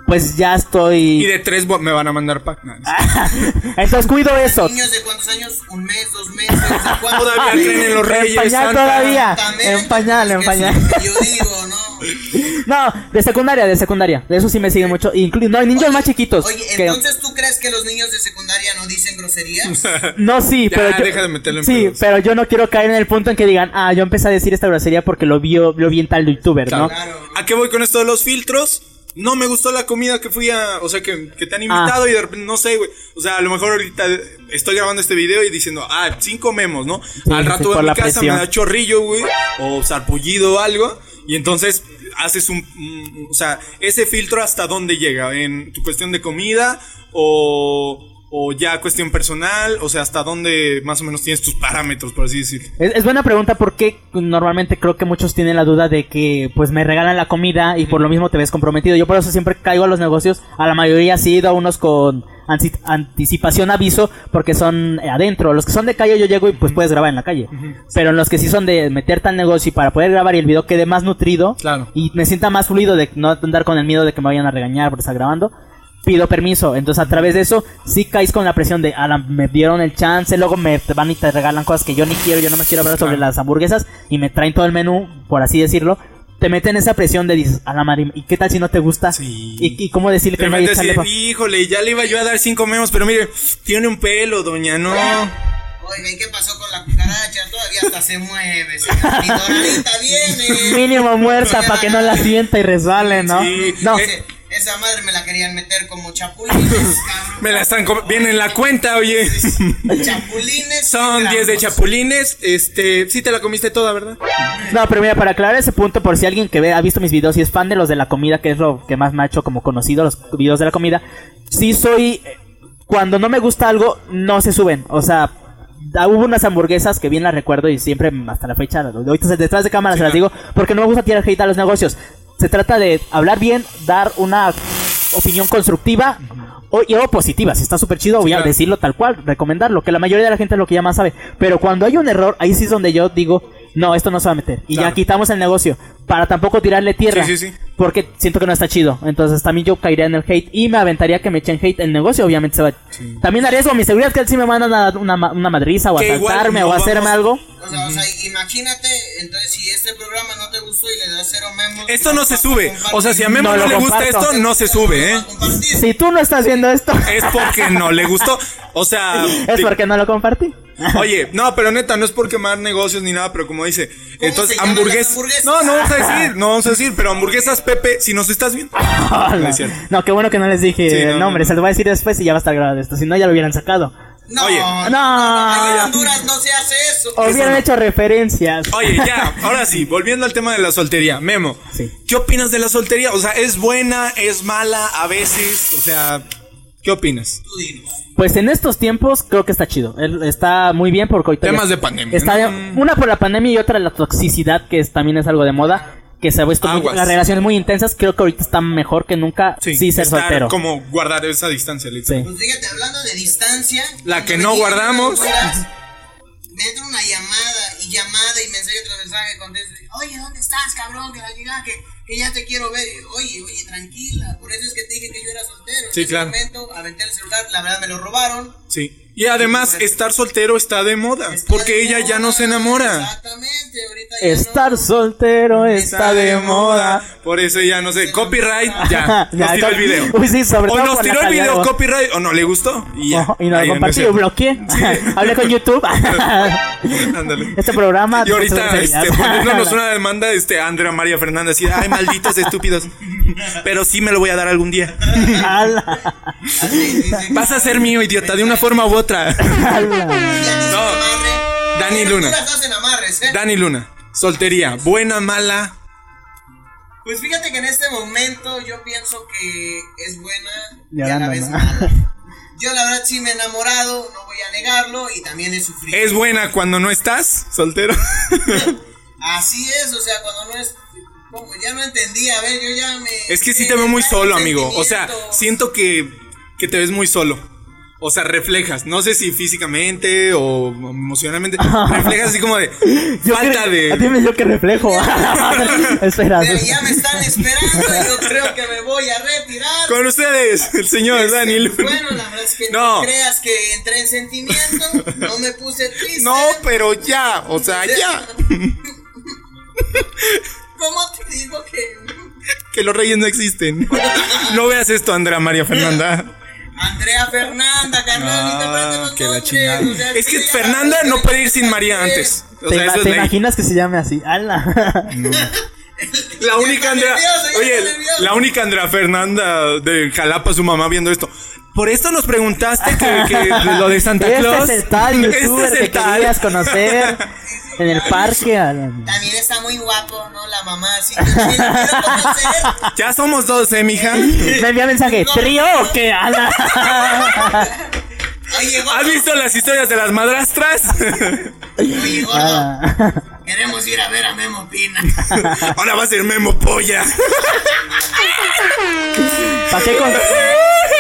Speaker 6: pues ya
Speaker 4: Y
Speaker 6: estoy...
Speaker 4: de tres bo- me van a mandar pack. No, no sé.
Speaker 6: Entonces cuido eso.
Speaker 5: Niños de cuántos años, un mes, dos meses, ¿de cuánto?
Speaker 6: <laughs>
Speaker 4: Todavía creen en los
Speaker 6: En
Speaker 4: reyes.
Speaker 6: pañal
Speaker 4: Santa.
Speaker 6: todavía, en pañal, en
Speaker 5: Es que
Speaker 6: pañal.
Speaker 4: <laughs>
Speaker 5: sí, Yo digo, ¿no?
Speaker 6: No, de secundaria, de secundaria. De eso sí me siguen mucho. Inclu- no, hay niños más chiquitos.
Speaker 5: Oye,
Speaker 6: que-
Speaker 5: entonces tú crees que los niños de secundaria no
Speaker 4: <laughs>
Speaker 5: dicen groserías?
Speaker 6: no, sí,
Speaker 4: Ya,
Speaker 6: pero. Yo,
Speaker 4: deja de meterle en
Speaker 6: Sí,
Speaker 4: pedos.
Speaker 6: pero yo no quiero caer en el punto en que digan, ah, yo empecé a decir esta grosería porque lo, vio, lo vi en tal youtuber, ¿no?
Speaker 5: Claro.
Speaker 4: ¿A qué voy con esto de los filtros? No me gustó la comida que fui a. O sea, que, que te
Speaker 6: Ah.
Speaker 4: han invitado y de repente, no sé, güey. O sea, a lo mejor ahorita estoy grabando este video y diciendo, ah, cinco memos, ¿no? Al
Speaker 6: sí,
Speaker 4: rato
Speaker 6: por
Speaker 4: en mi
Speaker 6: la
Speaker 4: casa
Speaker 6: presión.
Speaker 4: me da chorrillo, güey. O sarpullido o algo. Y entonces haces un. mm, o sea, ese filtro hasta dónde llega. En tu cuestión de comida o. O ya cuestión personal, o sea, hasta dónde más o menos tienes tus parámetros, por así decirlo.
Speaker 6: Es, es buena pregunta porque normalmente creo que muchos tienen la duda de que pues me regalan la comida y por lo mismo te ves comprometido. Yo por eso siempre caigo a los negocios. A la mayoría sí he ido a unos con ansi- anticipación aviso porque son eh, adentro. Los que son de calle yo llego y pues puedes grabar en la calle. Pero en los que sí son de meterte al negocio y para poder grabar y el video quede más nutrido
Speaker 4: Claro.
Speaker 6: y me sienta más fluido de no andar con el miedo de que me vayan a regañar por estar grabando. Pido permiso, entonces a través de eso sí caes con la presión de, ala, me dieron el chance, luego me te van y te regalan cosas que yo ni quiero, yo no me quiero hablar sobre las hamburguesas y me traen todo el menú, por así decirlo. Te meten esa presión de dices, a la madre, ¿y qué tal si no te gusta?
Speaker 4: Sí.
Speaker 6: ¿Y, y cómo decirle
Speaker 4: De
Speaker 6: que no hay
Speaker 4: repente así
Speaker 6: echarle
Speaker 4: de,
Speaker 6: pa-
Speaker 4: híjole, ya le iba yo a dar cinco memos, pero mire, tiene un pelo, doña, no.
Speaker 5: Oigan, ¿qué pasó con la cucaracha? Todavía hasta se mueve, señor. Mi doradita
Speaker 4: <laughs>
Speaker 5: viene.
Speaker 6: Mínimo muerta para que no la sienta y resbale, ¿no?
Speaker 4: Sí.
Speaker 6: No,
Speaker 5: Ese- Esa madre me la querían meter como
Speaker 4: <laughs>
Speaker 5: chapulines, cabrón.
Speaker 4: Me la están com- Viene en la cuenta, oye.
Speaker 5: Chapulines.
Speaker 4: Son 10 de chapulines.
Speaker 5: chapulines.
Speaker 4: Este, sí te la comiste toda, ¿verdad?
Speaker 6: no, pero mira, para aclarar ese punto, por si alguien que ve, ha visto mis videos y es fan de los de la comida, que es lo que más me ha hecho como conocido, los videos de la comida, sí soy... Cuando no me gusta algo, no se suben. O sea, da- hubo unas hamburguesas que bien las recuerdo y siempre, mm, hasta la fecha, ahorita se- detrás de cámara se las digo, porque no me gusta tirar hate a los negocios. Se trata de hablar bien, dar una opinión constructiva o, y o positiva. Si está súper chido, voy a
Speaker 4: claro.
Speaker 6: decirlo tal cual, recomendarlo, que la mayoría de la gente es lo que ya más sabe. Pero cuando hay un error, ahí sí es donde yo digo, no, esto no se va a meter. Y
Speaker 4: Claro.
Speaker 6: ya quitamos el negocio, para tampoco tirarle tierra.
Speaker 4: Sí, sí, sí.
Speaker 6: Porque siento que no está chido. Entonces también yo caería en el hate y me aventaría que me echen hate. El negocio obviamente se va. También arriesgo mi seguridad que él sí me mandan a una, ma- una madriza o a
Speaker 4: Que igual
Speaker 6: saltarme
Speaker 4: no
Speaker 6: o a hacerme
Speaker 4: vamos- <laughs>
Speaker 6: algo.
Speaker 5: O sea, o sea, imagínate, entonces si este programa no te gustó y le das cero memos.
Speaker 4: Esto no se sube. O sea, si a
Speaker 5: mí
Speaker 4: Memo no,
Speaker 6: No, lo
Speaker 4: le gusta
Speaker 6: comparto.
Speaker 4: esto, no se sube, ¿eh?
Speaker 6: Si tú no estás
Speaker 4: <laughs>
Speaker 6: viendo esto,
Speaker 4: Es porque no le gustó. O sea.
Speaker 6: <laughs> es
Speaker 4: te-
Speaker 6: porque no lo compartí.
Speaker 4: Oye, no, pero neta, no es por quemar negocios ni nada, pero como dice, entonces
Speaker 5: se llaman
Speaker 4: hamburguesas.
Speaker 5: las hamburguesas?
Speaker 4: No, no vamos a decir, no vamos a decir, pero hamburguesas, Pepe, si nos estás viendo. No es cierto.
Speaker 6: No, qué bueno que no les dije
Speaker 4: Sí, no,
Speaker 6: el
Speaker 4: no,
Speaker 6: nombre.
Speaker 4: no.
Speaker 6: Se lo voy a decir después y ya va a estar grabado esto. Si no, ya lo hubieran sacado.
Speaker 5: No,
Speaker 4: Oye.
Speaker 5: no,
Speaker 4: Ah,
Speaker 6: No.
Speaker 5: ahí en Honduras no se hace eso.
Speaker 6: O hubieran hecho referencias.
Speaker 4: Oye, ya, ahora sí, volviendo al tema de la soltería, Memo.
Speaker 6: <laughs> Sí.
Speaker 4: ¿Qué opinas de la soltería? O sea, ¿es buena, es mala a veces? O sea, ¿qué opinas?
Speaker 5: Tú dinos.
Speaker 6: Pues en estos tiempos creo que está chido. Él Está muy bien porque ahorita.
Speaker 4: Temas
Speaker 6: ya-
Speaker 4: de pandemia,
Speaker 6: Está
Speaker 4: ¿no?
Speaker 6: Una por la pandemia y otra la toxicidad, que es- también es algo de moda. Que se ha visto muy-
Speaker 4: Aguas.
Speaker 6: las relaciones muy intensas. Creo que ahorita está mejor que nunca. Sí, ser
Speaker 4: estar
Speaker 6: soltero.
Speaker 4: Como guardar esa distancia, literal.
Speaker 6: Sí.
Speaker 5: Pues fíjate, hablando de distancia.
Speaker 4: La que
Speaker 5: cuando
Speaker 4: no
Speaker 5: me llegan
Speaker 4: guardamos.
Speaker 5: facturas, Me entra una llamada y llamada y mensaje tras mensaje. Contesto. Oye, ¿dónde estás, cabrón? Que la chingada, que, que ya te quiero ver. Y, Oye, oye, tranquila. Por eso es que te dije que yo era soltero.
Speaker 4: Sí,
Speaker 5: en ese
Speaker 4: claro.
Speaker 5: momento aventé el celular. La verdad, me lo robaron.
Speaker 4: Sí. Y además, estar soltero está de moda,
Speaker 5: Está
Speaker 4: porque
Speaker 5: de
Speaker 4: ella ya no se
Speaker 5: moda,
Speaker 4: enamora.
Speaker 5: Exactamente, ahorita ya
Speaker 6: Estar
Speaker 5: no.
Speaker 6: soltero está de moda.
Speaker 4: Por eso ya no sé.
Speaker 6: <laughs>
Speaker 4: Copyright, ya. Nos
Speaker 6: Ya,
Speaker 4: tiró el
Speaker 6: co-
Speaker 4: video.
Speaker 6: <laughs> Uy, sí, sobre
Speaker 4: o
Speaker 6: todo
Speaker 4: nos
Speaker 6: por la
Speaker 4: tiró el
Speaker 6: calidad de
Speaker 4: video
Speaker 6: voz.
Speaker 4: copyright o no le gustó. Y ya.
Speaker 6: Ojo, y no
Speaker 4: Ahí
Speaker 6: lo
Speaker 4: en
Speaker 6: compartí,
Speaker 4: ese-
Speaker 6: lo bloqueé. <laughs> Hablé con
Speaker 4: <laughs>
Speaker 6: YouTube.
Speaker 4: Ándale.
Speaker 6: este programa.
Speaker 4: Y ahorita
Speaker 6: <laughs>
Speaker 4: este, poniéndonos
Speaker 6: una...
Speaker 4: una demanda este Andrea María Fernández y ay malditos
Speaker 5: <laughs>
Speaker 4: estúpidos. Pero sí me lo voy a dar algún día. Vas a ser mío, idiota, de una forma u otra. No.
Speaker 5: Amarre.
Speaker 4: Dani
Speaker 5: Mira,
Speaker 4: Luna.
Speaker 5: tú las hacen amarres, ¿eh?
Speaker 4: Dani Luna, soltería, buena, mala.
Speaker 5: Pues fíjate que en este momento yo pienso que es buena y a la
Speaker 6: Llorando,
Speaker 5: vez
Speaker 6: ¿no? <laughs>
Speaker 5: mala. Yo la verdad sí me he enamorado, no voy a negarlo y también he sufrido.
Speaker 4: Es buena cuando no estás soltero.
Speaker 5: Así es, o sea, cuando no es como ya no entendía, a ver, yo ya me
Speaker 4: Es que sí
Speaker 5: me
Speaker 4: te veo muy
Speaker 5: entra el
Speaker 4: solo, amigo. O sea,
Speaker 5: sentimiento.
Speaker 4: siento que, que te ves muy solo. O sea, reflejas, no sé si físicamente o emocionalmente, reflejas así como de falta de...
Speaker 6: Dime yo que reflejo. <laughs> Espera.
Speaker 5: Pero ya me están esperando, yo creo que me voy a retirar.
Speaker 4: Con ustedes, el señor Dani Luna.
Speaker 5: Bueno, la verdad es que
Speaker 4: No.
Speaker 5: no, creas que entré en sentimiento, no me puse
Speaker 4: <laughs>
Speaker 5: triste.
Speaker 4: No, pues, pero ya, o sea, ya.
Speaker 5: <laughs> ¿Cómo te digo que
Speaker 4: Que los reyes no existen. <laughs> No veas esto, Andrea María Fernanda.
Speaker 5: Andrea Fernanda, carnal,
Speaker 4: No, que la chingada. Es que Fernanda no puede
Speaker 5: pedir
Speaker 4: ir sin María antes. O
Speaker 6: ¿Te,
Speaker 4: sea,
Speaker 6: ima-
Speaker 4: eso es
Speaker 6: te
Speaker 4: ley.
Speaker 6: imaginas que se llame así? ¡Hala!
Speaker 4: La única
Speaker 5: está
Speaker 4: Andrea.
Speaker 5: nervioso, ya
Speaker 4: Oye,
Speaker 5: está nervioso.
Speaker 4: la única Andrea Fernanda de Jalapa, su mamá viendo esto. Por esto nos preguntaste que, que de <laughs> lo de Santa
Speaker 6: <laughs> este
Speaker 4: Claus.
Speaker 6: es el
Speaker 4: <laughs>
Speaker 6: tal
Speaker 4: Este
Speaker 6: youtuber
Speaker 4: es el
Speaker 6: que
Speaker 4: tal.
Speaker 6: querías conocer en el parque. Alan.
Speaker 5: También está muy guapo, ¿no? La mamá, así que también la quiero conocer.
Speaker 4: Ya somos dos, eh, mija.
Speaker 6: <laughs> Me envía mensaje, ¿trío o
Speaker 5: <laughs>
Speaker 6: qué? ¡Hala! <laughs>
Speaker 5: Oye,
Speaker 4: ¿Has
Speaker 5: gordo,
Speaker 4: visto las historias de las
Speaker 6: <laughs>
Speaker 4: madrastras?
Speaker 5: oye, gordo,
Speaker 6: Ah.
Speaker 5: queremos ir a ver a Memo Pina.
Speaker 4: Ahora va a ser Memo Polla.
Speaker 6: ¿Para qué, con-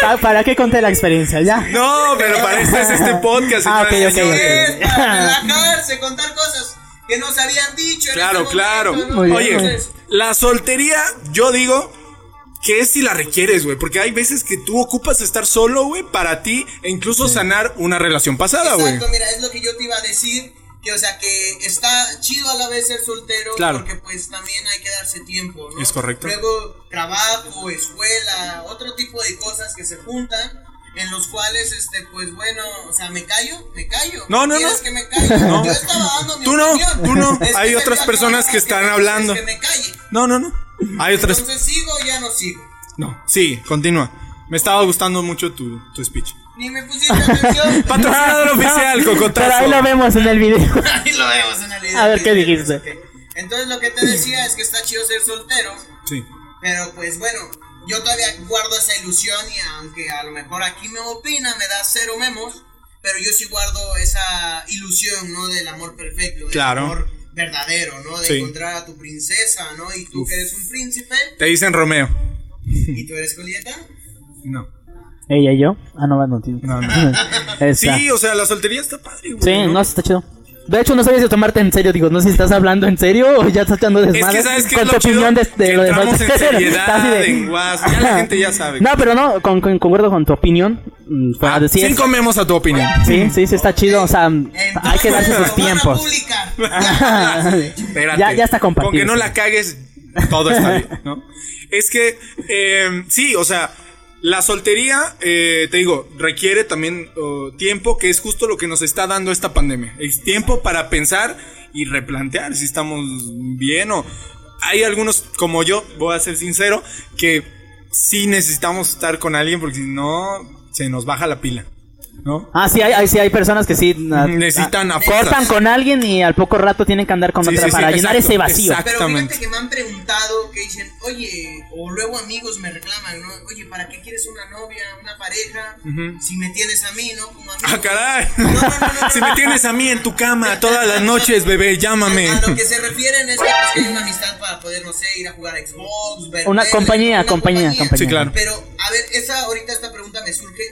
Speaker 6: pa- ¿Para qué conté la experiencia? ¿Ya?
Speaker 4: No, pero para eso es este podcast.
Speaker 6: Ah,
Speaker 4: señoras
Speaker 6: ok,
Speaker 4: y
Speaker 6: ok,
Speaker 4: señores.
Speaker 6: <laughs> ok.
Speaker 5: Es para relajarse, contar cosas que nos habían dicho. en
Speaker 4: Claro,
Speaker 5: ese
Speaker 4: claro.
Speaker 5: momento, ¿no?
Speaker 6: Muy bien,
Speaker 4: Oye,
Speaker 6: muy bien.
Speaker 4: la soltería, yo digo que es si la requieres, güey. Porque hay veces que tú ocupas estar solo, güey, para ti e incluso sanar una relación pasada, güey.
Speaker 5: Exacto, mira, es lo que yo te iba a decir. Que, o sea, que está chido a la vez ser soltero.
Speaker 4: Claro.
Speaker 5: Porque, pues, también hay que darse tiempo, ¿no?
Speaker 4: Es correcto.
Speaker 5: Luego, trabajo, escuela, otro tipo de cosas que se juntan. en los cuales, este, pues bueno, o sea, me callo, me callo.
Speaker 4: No, no,
Speaker 5: ¿Quieres
Speaker 4: no.
Speaker 5: que me calle?
Speaker 4: No.
Speaker 5: Yo estaba dando mi
Speaker 4: Tú no,
Speaker 5: opinión.
Speaker 4: tú no.
Speaker 5: Es que
Speaker 4: Hay
Speaker 5: se
Speaker 4: otras
Speaker 5: me
Speaker 4: personas
Speaker 5: acaba
Speaker 4: que están
Speaker 5: me-
Speaker 4: hablando.
Speaker 5: Que me calle.
Speaker 4: No, no, no. Hay otras.
Speaker 5: Entonces sigo o ya no sigo.
Speaker 4: No, sí, continúa. Me estaba gustando mucho tu, tu
Speaker 6: <laughs>
Speaker 4: speech.
Speaker 5: Ni me pusiste atención.
Speaker 4: Patrocinador oficial, Cocotazo.
Speaker 6: Pero ahí lo vemos en el video. <laughs>
Speaker 5: Ahí lo vemos en el video.
Speaker 6: A ver, ¿qué dijiste?
Speaker 5: Entonces lo que te decía es que está chido ser soltero,
Speaker 4: Sí.
Speaker 5: pero pues bueno, yo todavía guardo esa ilusión y aunque a lo mejor aquí me opina, me da cero memos, pero yo sí guardo esa ilusión, ¿no? Del amor perfecto, del
Speaker 4: Claro.
Speaker 5: amor verdadero, ¿no? De
Speaker 4: Sí.
Speaker 5: encontrar a tu princesa, ¿no? Y tú que eres un príncipe
Speaker 4: Te dicen Romeo.
Speaker 5: y tú eres Julieta.
Speaker 4: No.
Speaker 6: Ella y yo. Ah, no, no, tío.
Speaker 4: No,
Speaker 6: <laughs>
Speaker 4: no.
Speaker 6: Esa.
Speaker 4: Sí, o sea, la soltería está padre, güey.
Speaker 6: Sí, no, sí está chido. De hecho, no sabía si tomarte en serio. Digo, no sé si estás hablando en serio o ya estás echando
Speaker 4: Es
Speaker 6: desmadre.
Speaker 4: que sabes qué
Speaker 6: con
Speaker 4: es
Speaker 6: tu
Speaker 4: lo chido?
Speaker 6: opinión de, este, de
Speaker 4: que
Speaker 6: lo de
Speaker 4: entramos en
Speaker 6: Falcao.
Speaker 4: seriedad,
Speaker 6: <laughs> Así de-
Speaker 4: en guas, ya la gente ya sabe.
Speaker 6: No, pero no, con, con- concuerdo con tu opinión. mm, fuera
Speaker 4: Ah,
Speaker 6: de sí,
Speaker 4: sí
Speaker 6: es-
Speaker 4: comemos a tu opinión.
Speaker 6: sí, sí, sí, está chido. O sea,
Speaker 5: Entonces,
Speaker 6: hay que darse sus
Speaker 5: lo van a
Speaker 6: tiempos.
Speaker 5: publicar.
Speaker 6: <laughs>
Speaker 4: Espérate.
Speaker 6: ya, ya está compartido.
Speaker 4: Con que no la cagues, todo está bien,
Speaker 6: <laughs>
Speaker 4: ¿no? Es que, eh, sí, o sea, la soltería, eh, te digo, requiere también oh, tiempo, que es justo lo que nos está dando esta pandemia. Es tiempo para pensar y replantear si estamos bien o... Hay algunos, como yo, voy a ser sincero, que sí necesitamos estar con alguien porque si no, se nos baja la pila, ¿no?
Speaker 6: Ah, sí, hay, hay- sí, hay personas que sí na-
Speaker 4: Necesitan a
Speaker 6: Ah, cortan
Speaker 4: fuerzas.
Speaker 6: con alguien y al poco rato tienen que andar con
Speaker 4: Sí,
Speaker 6: otra
Speaker 4: sí, sí,
Speaker 6: para llenar
Speaker 4: exacto,
Speaker 6: ese vacío.
Speaker 4: exacto.
Speaker 5: Pero
Speaker 4: Exactamente.
Speaker 5: fíjate que me han preguntado, que dicen, oye, o luego amigos me reclaman, ¿no? Oye, ¿para qué quieres una novia, una pareja? Si me tienes a mí, ¿no? Como amigo.
Speaker 4: ¡Ah, caray!
Speaker 5: No, no, no, no,
Speaker 4: si
Speaker 5: no.
Speaker 4: me tienes a mí en tu cama todas las noches, bebé, llámame.
Speaker 5: A lo que se refieren es que, pues, que hay una amistad para poder, no sé, ir a jugar a Xbox, ver
Speaker 6: Una
Speaker 5: tele,
Speaker 6: compañía, compañía, compañía.
Speaker 4: Sí, claro.
Speaker 5: Pero, a ver, esa, ahorita esta pregunta me surge.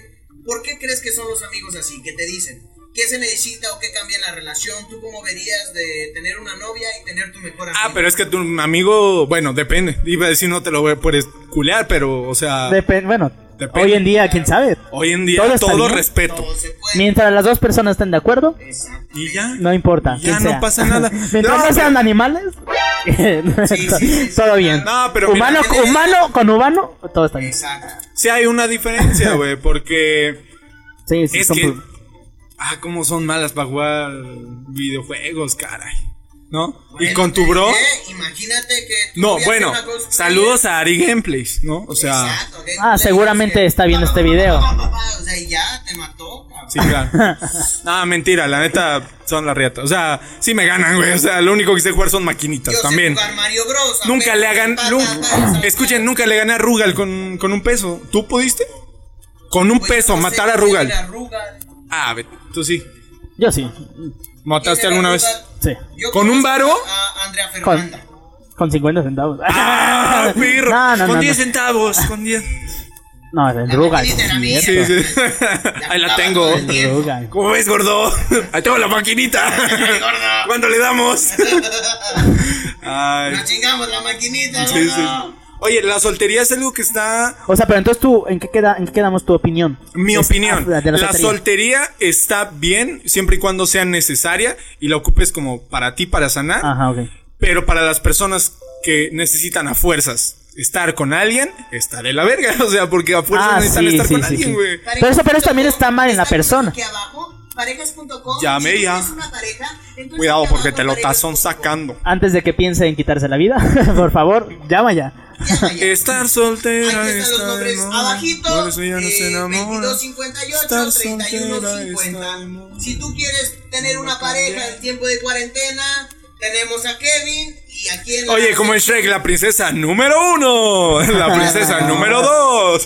Speaker 5: ¿Por qué crees que son los amigos así? Que te dicen, ¿qué se necesita o qué cambia en la relación? ¿Tú cómo verías de tener una novia y tener tu mejor amigo?
Speaker 4: Ah, pero es que tu amigo, bueno, depende. Iba a decir no te lo voy- puedes culear, pero, o sea,
Speaker 6: Depen- bueno,
Speaker 4: Depende.
Speaker 6: hoy en día, quién sabe.
Speaker 4: hoy en día
Speaker 6: Todo
Speaker 4: todo,
Speaker 6: está bien.
Speaker 4: respeto.
Speaker 5: Todo se puede.
Speaker 6: Mientras las dos personas estén de acuerdo,
Speaker 4: Y ya.
Speaker 6: no importa.
Speaker 4: Ya
Speaker 6: quién
Speaker 4: no
Speaker 6: sea.
Speaker 4: pasa
Speaker 6: <laughs>
Speaker 4: nada.
Speaker 6: Mientras
Speaker 4: No,
Speaker 6: no, sean
Speaker 4: pero-
Speaker 6: animales, <laughs>
Speaker 5: sí, sí, sí.
Speaker 6: todo bien.
Speaker 4: No, pero mira,
Speaker 6: humano, humano con humano, todo está bien.
Speaker 5: Exacto.
Speaker 4: sí hay una diferencia, güey, porque
Speaker 6: Sí, sí,
Speaker 4: es
Speaker 6: son
Speaker 4: que...
Speaker 6: pu-
Speaker 4: Ah, cómo son malas para jugar videojuegos, caray. ¿No? Y con tu bro...
Speaker 5: ¿Eh? Imagínate que. tu
Speaker 4: No,
Speaker 5: novia
Speaker 4: bueno,
Speaker 5: sea una cosplayer.
Speaker 4: saludos a Ari Gameplays, ¿no? O sea,
Speaker 5: Exacto, que
Speaker 6: Ah,
Speaker 5: le
Speaker 6: seguramente
Speaker 5: dices,
Speaker 6: está viendo
Speaker 5: "Pa,
Speaker 6: este
Speaker 5: pa, pa,
Speaker 6: video".
Speaker 5: pa, pa, pa, O sea, y ya te mató. cabrón.
Speaker 4: sí,
Speaker 5: <laughs>
Speaker 4: claro. No, mentira, la neta son la riata. O sea, sí me ganan, güey. O sea, lo único que sé jugar son maquinitas
Speaker 5: Yo sé
Speaker 4: Pues también.
Speaker 5: jugar Mario Bros. a
Speaker 4: Nunca
Speaker 5: ver,
Speaker 4: le hagan.
Speaker 5: pa,
Speaker 4: nun-
Speaker 5: pa, pa, pa, pa.
Speaker 4: escuchen, nunca le gané a Rugal con, con un peso. ¿Tú pudiste? Con un
Speaker 5: Pues,
Speaker 4: peso,
Speaker 5: no sé,
Speaker 4: matar a
Speaker 5: ¿quién
Speaker 4: Rugal.
Speaker 5: era Rugal? ¿Quién
Speaker 4: Ah, ve- tú sí.
Speaker 6: Yo sí,
Speaker 4: ¿Mataste
Speaker 5: era
Speaker 4: alguna vez?
Speaker 5: Rugal?
Speaker 6: sí.
Speaker 5: Yo
Speaker 4: ¿Con un
Speaker 5: conozco
Speaker 4: varo?
Speaker 5: A Andrea Fernanda.
Speaker 6: Con 50 centavos. <laughs>
Speaker 4: ¡Ah, perro!
Speaker 6: No, no,
Speaker 4: con
Speaker 6: no,
Speaker 4: 10
Speaker 6: no.
Speaker 4: centavos, con 10.
Speaker 6: No, el Rugal.
Speaker 5: maquinita era mía.
Speaker 4: Sí,
Speaker 6: mierda.
Speaker 4: sí. <laughs> Ahí la tengo.
Speaker 5: Con
Speaker 6: El Rugal.
Speaker 4: ¿Cómo ves, gordo? Ahí tengo la
Speaker 5: <laughs>
Speaker 4: maquinita. ¿Cuándo le damos? Ay.
Speaker 5: Nos chingamos la maquinita.
Speaker 4: Sí, sí.
Speaker 5: gordo.
Speaker 4: Oye, la soltería es algo que está
Speaker 6: O sea, pero entonces tú, ¿en qué, queda, en qué quedamos tu opinión?
Speaker 4: Mi
Speaker 6: Es-
Speaker 4: opinión,
Speaker 6: ah, de
Speaker 4: la,
Speaker 6: la soltería.
Speaker 4: soltería está bien siempre y cuando sea necesaria y la ocupes como para ti, para sanar,
Speaker 6: Ajá, ok.
Speaker 4: pero para las personas que necesitan a fuerzas estar con alguien, estaré la verga, <laughs> o sea, porque a fuerzas
Speaker 6: Ah,
Speaker 4: necesitan
Speaker 6: sí,
Speaker 4: estar
Speaker 6: sí,
Speaker 4: con
Speaker 6: sí,
Speaker 4: alguien,
Speaker 6: sí.
Speaker 4: güey.
Speaker 6: Pero eso- pero eso también está mal en la persona.
Speaker 5: Aquí abajo, parejas.com.
Speaker 4: Llame
Speaker 5: si tú
Speaker 4: ya.
Speaker 5: tienes una pareja, entonces
Speaker 4: Cuidado
Speaker 5: aquí
Speaker 4: porque
Speaker 5: abajo,
Speaker 4: te lo
Speaker 5: parejas
Speaker 4: tazón
Speaker 5: punto com.
Speaker 4: sacando.
Speaker 6: Antes de que piense en quitarse la vida, <laughs> por favor, llama ya.
Speaker 5: Llama ya.
Speaker 4: Estar soltera,
Speaker 5: Aquí están los
Speaker 4: estar
Speaker 5: nombres
Speaker 4: enamorada, por
Speaker 5: abajito.
Speaker 4: eso ya no se
Speaker 5: eh,
Speaker 4: enamora.
Speaker 5: 2258,
Speaker 4: Estar soltera, estar
Speaker 5: 3150.
Speaker 4: enamorada.
Speaker 5: Si tú quieres tener una pareja en tiempo de cuarentena, tenemos a Kevin y aquí en la-
Speaker 4: Oye, como en Shrek, la princesa número uno, <laughs>
Speaker 6: Ah,
Speaker 4: la princesa número dos.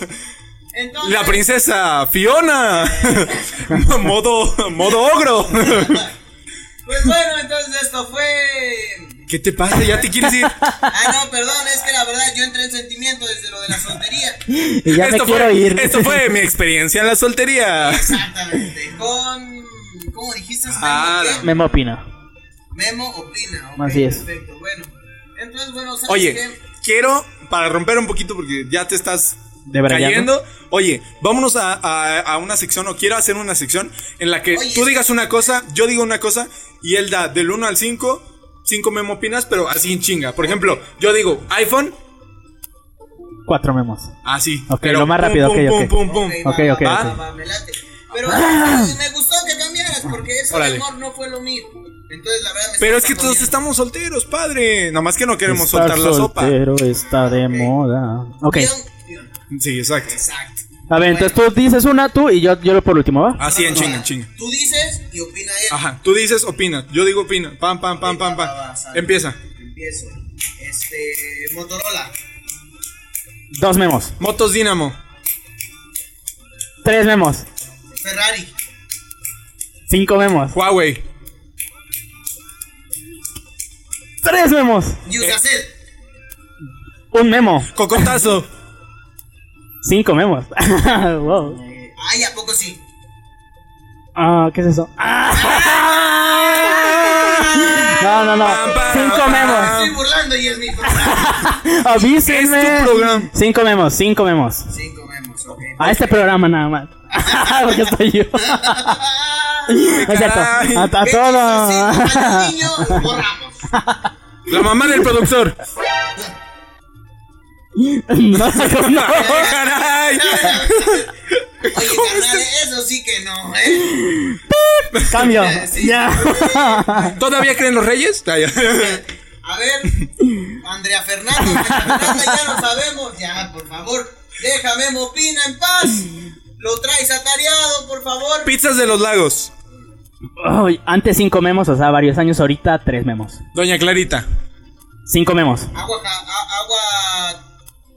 Speaker 5: Entonces,
Speaker 4: La princesa Fiona. <laughs> modo, modo ogro.
Speaker 5: Pues bueno, entonces esto fue
Speaker 4: ¿Qué te pasa? ¿Ya te quieres ir?
Speaker 5: Ah, no, perdón, es que la verdad yo entré en sentimiento desde lo de
Speaker 4: <laughs>
Speaker 5: la soltería.
Speaker 6: Y <laughs> ya me quiero
Speaker 4: fue,
Speaker 6: ir.
Speaker 4: esto fue mi experiencia en la soltería.
Speaker 5: Exactamente. Con. ¿Cómo dijiste? Memo,
Speaker 4: Ah,
Speaker 5: ¿qué?
Speaker 6: Memo opina.
Speaker 5: Memo opina. ok,
Speaker 6: Así es.
Speaker 5: Perfecto, bueno. Entonces, bueno, ¿sabes
Speaker 4: Oye,
Speaker 5: qué?
Speaker 4: quiero, para romper un poquito porque ya te estás
Speaker 6: Debrayando.
Speaker 4: cayendo. Oye, vámonos a, a- a una sección o quiero hacer una sección en la que
Speaker 5: Oye,
Speaker 4: tú
Speaker 5: sí.
Speaker 4: digas una cosa, yo digo una cosa y él da del 1 al 5, 5 memo opinas, pero así en chinga. Por ejemplo, yo digo iPhone,
Speaker 6: cuatro memos.
Speaker 4: Ah, sí.
Speaker 6: Ok, lo más rápido,
Speaker 4: pum,
Speaker 6: ok,
Speaker 4: pum,
Speaker 6: ok.
Speaker 4: pum, pum, pum.
Speaker 6: Ok,
Speaker 5: va,
Speaker 6: ok,
Speaker 5: va,
Speaker 6: ok.
Speaker 5: va, me late. Pero pues, me gustó que cambiaras porque eso de
Speaker 4: Órale.
Speaker 5: amor no fue lo mío. Entonces, la verdad me
Speaker 4: Pero es
Speaker 5: está
Speaker 4: que todos
Speaker 5: poniendo-
Speaker 4: estamos solteros, padre. Nada más que no queremos
Speaker 6: Estar
Speaker 4: soltar la sopa.
Speaker 6: soltero está de moda. Ok.
Speaker 5: Guión, guión.
Speaker 4: Sí, exacto.
Speaker 5: Exacto.
Speaker 6: A ver, entonces tú dices una tú y yo, yo lo por último, ¿va?
Speaker 4: Así en
Speaker 5: No, no,
Speaker 4: chinga,
Speaker 5: no.
Speaker 4: en chinga.
Speaker 5: Tú dices y opina él.
Speaker 4: Ajá, tú dices opina, yo digo opina. Pam, pam, pam, pam, pam. Empieza.
Speaker 5: Empiezo. Este. Motorola.
Speaker 6: Dos memos.
Speaker 4: Motos Dinamo,
Speaker 6: Tres memos.
Speaker 5: Ferrari.
Speaker 6: Cinco memos.
Speaker 4: Huawei,
Speaker 6: Tres memos.
Speaker 4: eh,
Speaker 5: Yusacel.
Speaker 6: Un memo.
Speaker 4: Cocotazo,
Speaker 6: Cinco memos. <laughs> wow.
Speaker 5: Ay, ¿a poco sí?
Speaker 6: Ah, ¿qué es eso?
Speaker 4: <laughs>
Speaker 6: no, no, no.
Speaker 4: Pam, pam,
Speaker 6: Cinco
Speaker 4: pam.
Speaker 6: memos.
Speaker 5: Estoy burlando y es mi programa.
Speaker 6: Avísenme.
Speaker 4: Es tu programa.
Speaker 6: Cinco memos, cinco memos.
Speaker 5: Cinco vemos, ok.
Speaker 6: A este programa nada más. <laughs> Porque estoy
Speaker 4: <laughs>
Speaker 6: yo.
Speaker 5: Ah,
Speaker 6: es cierto.
Speaker 4: Caray.
Speaker 6: A, a
Speaker 5: Betis, así,
Speaker 6: todo.
Speaker 5: al niño,
Speaker 4: <laughs>
Speaker 5: borramos.
Speaker 4: la mamá del productor.
Speaker 6: no sé cómo.
Speaker 4: ¡Oh, caray!
Speaker 5: Oye, carnal,
Speaker 4: este
Speaker 5: eso sí que no, ¿eh?
Speaker 6: <laughs>
Speaker 4: <laughs>
Speaker 6: Cambio.
Speaker 5: Sí.
Speaker 6: Ya.
Speaker 4: ¿Todavía creen los reyes? Ah, ya.
Speaker 5: A ver, Andrea Fernández, Andrea Fernández, ya lo sabemos. Ya, por favor, déjame Mopina en paz. Lo traes atareado, por favor.
Speaker 4: Pizzas de los lagos,
Speaker 6: Ay, antes cinco memos, o sea, varios años. Ahorita tres memos.
Speaker 4: Doña Clarita.
Speaker 6: Cinco memos.
Speaker 5: Agua, ja- a- agua.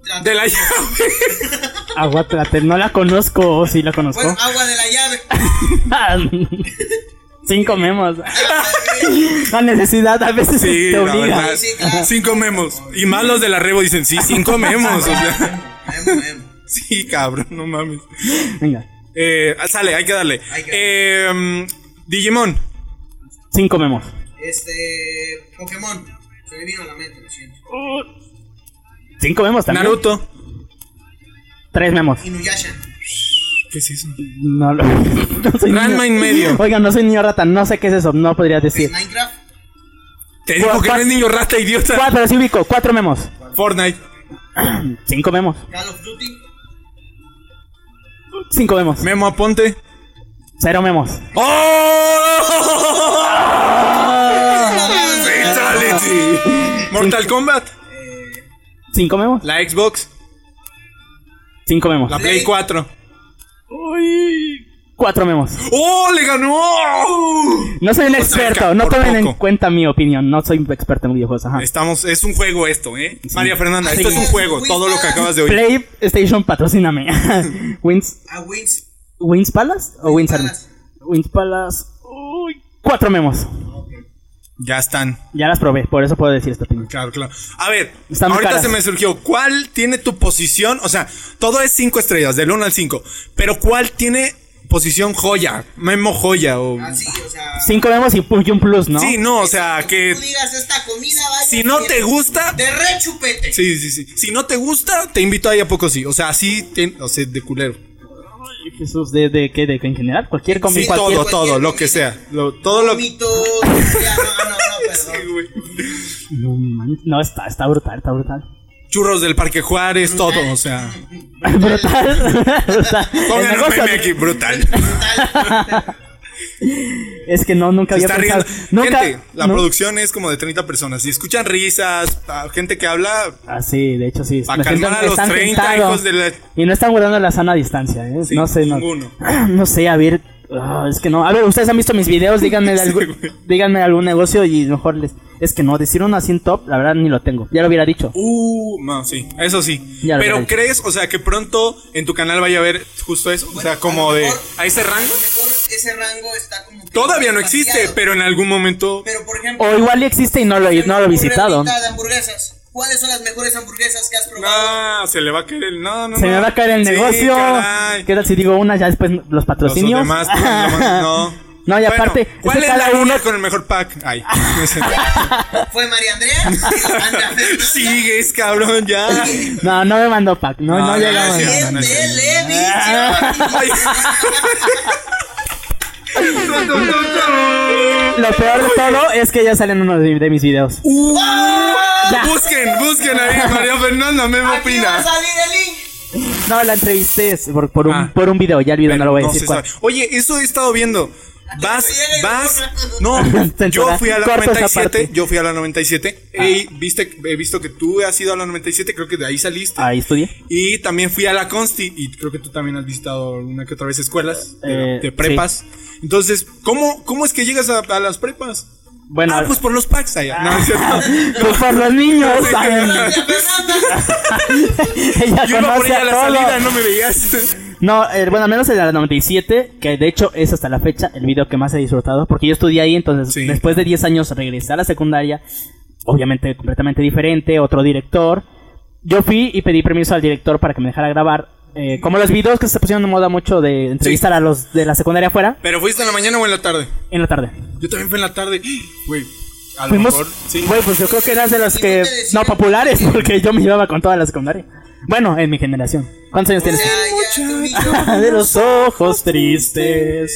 Speaker 5: tra-
Speaker 4: De la llave.
Speaker 6: Agua trate. No la conozco. O sí la conozco.
Speaker 5: Bueno, pues, agua de la
Speaker 4: <laughs>
Speaker 5: llave.
Speaker 4: Pues, ah.
Speaker 6: <laughs> cinco memos. <laughs> La necesidad a veces
Speaker 4: Sí,
Speaker 6: te
Speaker 4: la
Speaker 6: obliga.
Speaker 4: verdad.
Speaker 5: Sí, claro.
Speaker 4: Cinco comemos. Y más los de la Rebo dicen, sí, cinco comemos.
Speaker 5: <laughs>
Speaker 4: O sea,
Speaker 5: Memo, memo.
Speaker 4: sí, cabrón, no mames.
Speaker 6: Venga.
Speaker 4: Eh, sale, hay que darle.
Speaker 5: Hay que
Speaker 4: Eh, Digimon,
Speaker 6: Cinco memos.
Speaker 5: Este. Pokémon. Se me vino a la mente, lo siento.
Speaker 6: Cinco memos también.
Speaker 4: Naruto.
Speaker 6: Tres memos.
Speaker 5: Inuyasha.
Speaker 4: ¿Qué es eso?
Speaker 6: No lo. <laughs> No soy
Speaker 4: Ranma
Speaker 6: niño.
Speaker 4: en medio.
Speaker 6: <laughs> Oiga, no soy niño rata. No sé qué es eso. No podría decir.
Speaker 5: Minecraft.
Speaker 4: Te digo que
Speaker 6: Cuatro.
Speaker 4: eres niño rata, idiota.
Speaker 6: Cuatro, sí ubico. Cuatro memos.
Speaker 4: Fortnite.
Speaker 6: Cinco memos.
Speaker 5: Call of Duty.
Speaker 6: Cinco memos.
Speaker 4: Memo Aponte.
Speaker 6: Cero memos.
Speaker 4: <laughs> ¡Oh! Fatality. Mortal Kombat.
Speaker 6: Cinco memos.
Speaker 4: La Xbox.
Speaker 6: Cinco memos.
Speaker 4: La Play 4.
Speaker 6: Cuatro memos.
Speaker 4: ¡Oh, le ganó!
Speaker 6: No soy un
Speaker 4: sea,
Speaker 6: experto.
Speaker 4: ca-
Speaker 6: No
Speaker 4: por
Speaker 6: tomen en
Speaker 4: poco. Este,
Speaker 6: cuenta mi opinión. No soy un experto en videojuegos. Ajá.
Speaker 4: Estamos, es un juego esto, ¿eh? María Fernanda, esto
Speaker 6: Sí.
Speaker 4: es un juego, todo lo que acabas de oír.
Speaker 6: PlayStation,
Speaker 4: <laughs>
Speaker 6: patrocíname. Wins,
Speaker 4: Ah,
Speaker 5: A Wins.
Speaker 6: Wins Palace o Wins Army?
Speaker 5: Palace.
Speaker 6: Wins Palace. Uy, cuatro memos.
Speaker 4: Ya están.
Speaker 6: Ya las probé, por eso puedo decir esta opinión.
Speaker 4: Claro, claro. A ver,
Speaker 6: Están muy
Speaker 4: ahorita
Speaker 6: caras.
Speaker 4: se me surgió, ¿cuál tiene tu posición? O sea, todo es cinco estrellas, del 1 al 5. Pero ¿cuál tiene posición joya? Memo joya o...
Speaker 5: Así, o sea.
Speaker 6: Cinco memos y pu- y un plus, ¿no?
Speaker 4: Sí, no, o sea, que
Speaker 5: Tú digas esta comida, vaya.
Speaker 4: si no te gusta...
Speaker 5: De rechupete.
Speaker 4: Sí, sí, sí. Si no te gusta, te invito ahí a poco sí. O sea, así, ten- o sea, de culero.
Speaker 6: Ay, Jesús, ¿de, de qué? ¿De qué en general? Cualquier comida.
Speaker 4: Sí,
Speaker 6: cualquier...
Speaker 4: todo, todo, lo que sea. Lo- todo lo que...
Speaker 5: Vómito, ya, no, no, no,
Speaker 4: <laughs>
Speaker 5: perdón.
Speaker 6: No, man- no, está, está brutal, está brutal. <laughs>
Speaker 4: Churros del Parque Juárez, todo, o sea...
Speaker 6: brutal. <laughs> brutal. El
Speaker 4: Pongan un
Speaker 6: negocio-
Speaker 4: meme aquí, <laughs> brutal.
Speaker 6: Es que no, nunca
Speaker 4: Se
Speaker 6: había
Speaker 4: está
Speaker 6: pensado.
Speaker 4: riendo.
Speaker 6: Nunca.
Speaker 4: Gente, la
Speaker 6: nu-
Speaker 4: producción es como de 30 personas. Si escuchan risas, a gente que habla,
Speaker 6: Ah, sí, de hecho sí.
Speaker 4: Pa'
Speaker 6: Me siento-
Speaker 4: calmar a los
Speaker 6: están
Speaker 4: 30
Speaker 6: sentados
Speaker 4: hijos de la-
Speaker 6: Y no están guardando la sana distancia, ¿eh?
Speaker 4: Sí,
Speaker 6: no sé, no.
Speaker 4: ninguno.
Speaker 6: <clears throat> No sé, a ver. ah, es que no. A ver, ustedes han visto
Speaker 4: <laughs>
Speaker 6: mis videos, díganme de
Speaker 4: Sí,
Speaker 6: algún,
Speaker 4: güey.
Speaker 6: díganme algún negocio y mejor les. Es que no, decir uno así en top, la verdad ni lo tengo. Ya lo hubiera dicho.
Speaker 4: uh, no, sí, eso sí.
Speaker 6: Ya lo
Speaker 4: Pero
Speaker 6: verás.
Speaker 4: crees, o sea, que pronto en tu canal vaya a haber justo eso, o sea, como
Speaker 5: a lo
Speaker 4: de
Speaker 5: mejor-
Speaker 4: a ese
Speaker 5: A
Speaker 4: rango.
Speaker 5: lo mejor ese rango está como. que
Speaker 4: Todavía no
Speaker 5: demasiado.
Speaker 4: existe, pero en algún momento
Speaker 5: Pero por ejemplo.
Speaker 6: O igual y existe Oh, y no lo, no lo he
Speaker 5: una
Speaker 6: visitado.
Speaker 5: burrita de hamburguesas. ¿Cuáles son las mejores hamburguesas que has probado?
Speaker 4: no, ah, se le va a caer el no, no.
Speaker 6: Se me
Speaker 4: no.
Speaker 6: va a caer el
Speaker 4: Sí,
Speaker 6: negocio.
Speaker 4: caray.
Speaker 6: ¿Qué tal si digo una? Ya después los
Speaker 4: Los
Speaker 6: patrocinios.
Speaker 4: demás, pues, lo
Speaker 6: <laughs>
Speaker 4: más- no.
Speaker 6: No, y
Speaker 4: Bueno,
Speaker 6: aparte,
Speaker 4: ¿cuál
Speaker 6: es
Speaker 4: es
Speaker 6: que cada
Speaker 4: la
Speaker 6: uno-
Speaker 4: uno con el mejor pack? Ay, <laughs> no sé.
Speaker 5: ¿Fue
Speaker 4: <laughs>
Speaker 5: María Andrea? Andrea Fernández.
Speaker 4: sigues, cabrón, ya.
Speaker 5: <laughs>
Speaker 4: <laughs>
Speaker 6: No, no me mandó pack. No,
Speaker 4: No,
Speaker 6: no,
Speaker 4: no,
Speaker 5: Ah,
Speaker 6: llegamos.
Speaker 4: sí, <laughs> no, no,
Speaker 5: bien,
Speaker 4: no, no.
Speaker 5: le he dicho.
Speaker 4: Ay.
Speaker 6: Lo peor de todo es que ya salen uno de, de mis videos.
Speaker 4: Uh,
Speaker 6: Ya.
Speaker 4: Busquen, busquen ahí María Fernanda Memo
Speaker 5: Aquí va a
Speaker 4: Pina.
Speaker 5: salir el link.
Speaker 4: <laughs>
Speaker 6: No, la entrevisté es por, por un,
Speaker 4: Ah.
Speaker 6: por un video, ya el video no lo voy a
Speaker 4: No
Speaker 6: decir pues.
Speaker 4: se
Speaker 6: cuál.
Speaker 4: sabe. Oye, eso he estado viendo. Vas,
Speaker 5: Llega y lo
Speaker 4: vas.
Speaker 5: borra.
Speaker 4: No, yo
Speaker 6: <laughs> Censura.
Speaker 4: fui a la
Speaker 6: Corta esa
Speaker 4: 97.
Speaker 6: parte. Ah.
Speaker 4: Yo fui a la 97. Y viste, he visto que tú has ido a la 97. Creo que de ahí saliste.
Speaker 6: Ahí estudié.
Speaker 4: Y también fui a la Consti y creo que tú también has visitado una que otra vez escuelas de,
Speaker 6: Eh,
Speaker 4: de prepas. Entonces, ¿cómo, ¿cómo es que llegas a, a las prepas?
Speaker 6: Bueno,
Speaker 4: ah, pues por los packs allá. No, es cierto.
Speaker 6: <laughs> pues por
Speaker 4: <laughs>
Speaker 6: los niños. ay, <laughs> ella
Speaker 4: Yo iba por
Speaker 6: conoce
Speaker 4: ella a
Speaker 6: a
Speaker 4: la
Speaker 6: todo.
Speaker 4: salida, no me veías.
Speaker 6: No, eh, bueno, al menos en la 97, que de hecho es hasta la fecha el video que más he disfrutado, porque yo estudié ahí, entonces
Speaker 4: Sí.
Speaker 6: después de 10 años regresé a la secundaria, obviamente completamente diferente, otro director. Yo fui y pedí permiso al director para que me dejara grabar, eh, como los videos que se pusieron de moda mucho de entrevistar a los de la secundaria afuera,
Speaker 4: Pero fuiste en la mañana o en la tarde.
Speaker 6: en la tarde.
Speaker 4: Yo también fui en la tarde. <gasps> Güey, a lo
Speaker 6: Fuimos,
Speaker 4: mejor. Sí.
Speaker 6: güey, pues yo creo que eras de los
Speaker 5: ¿Y
Speaker 6: que,
Speaker 5: no te decían?
Speaker 6: no, populares, <laughs> porque yo me llevaba con toda la secundaria. Bueno, en mi generación. ¿Cuántos años tienes? <laughs> de los ojos tristes.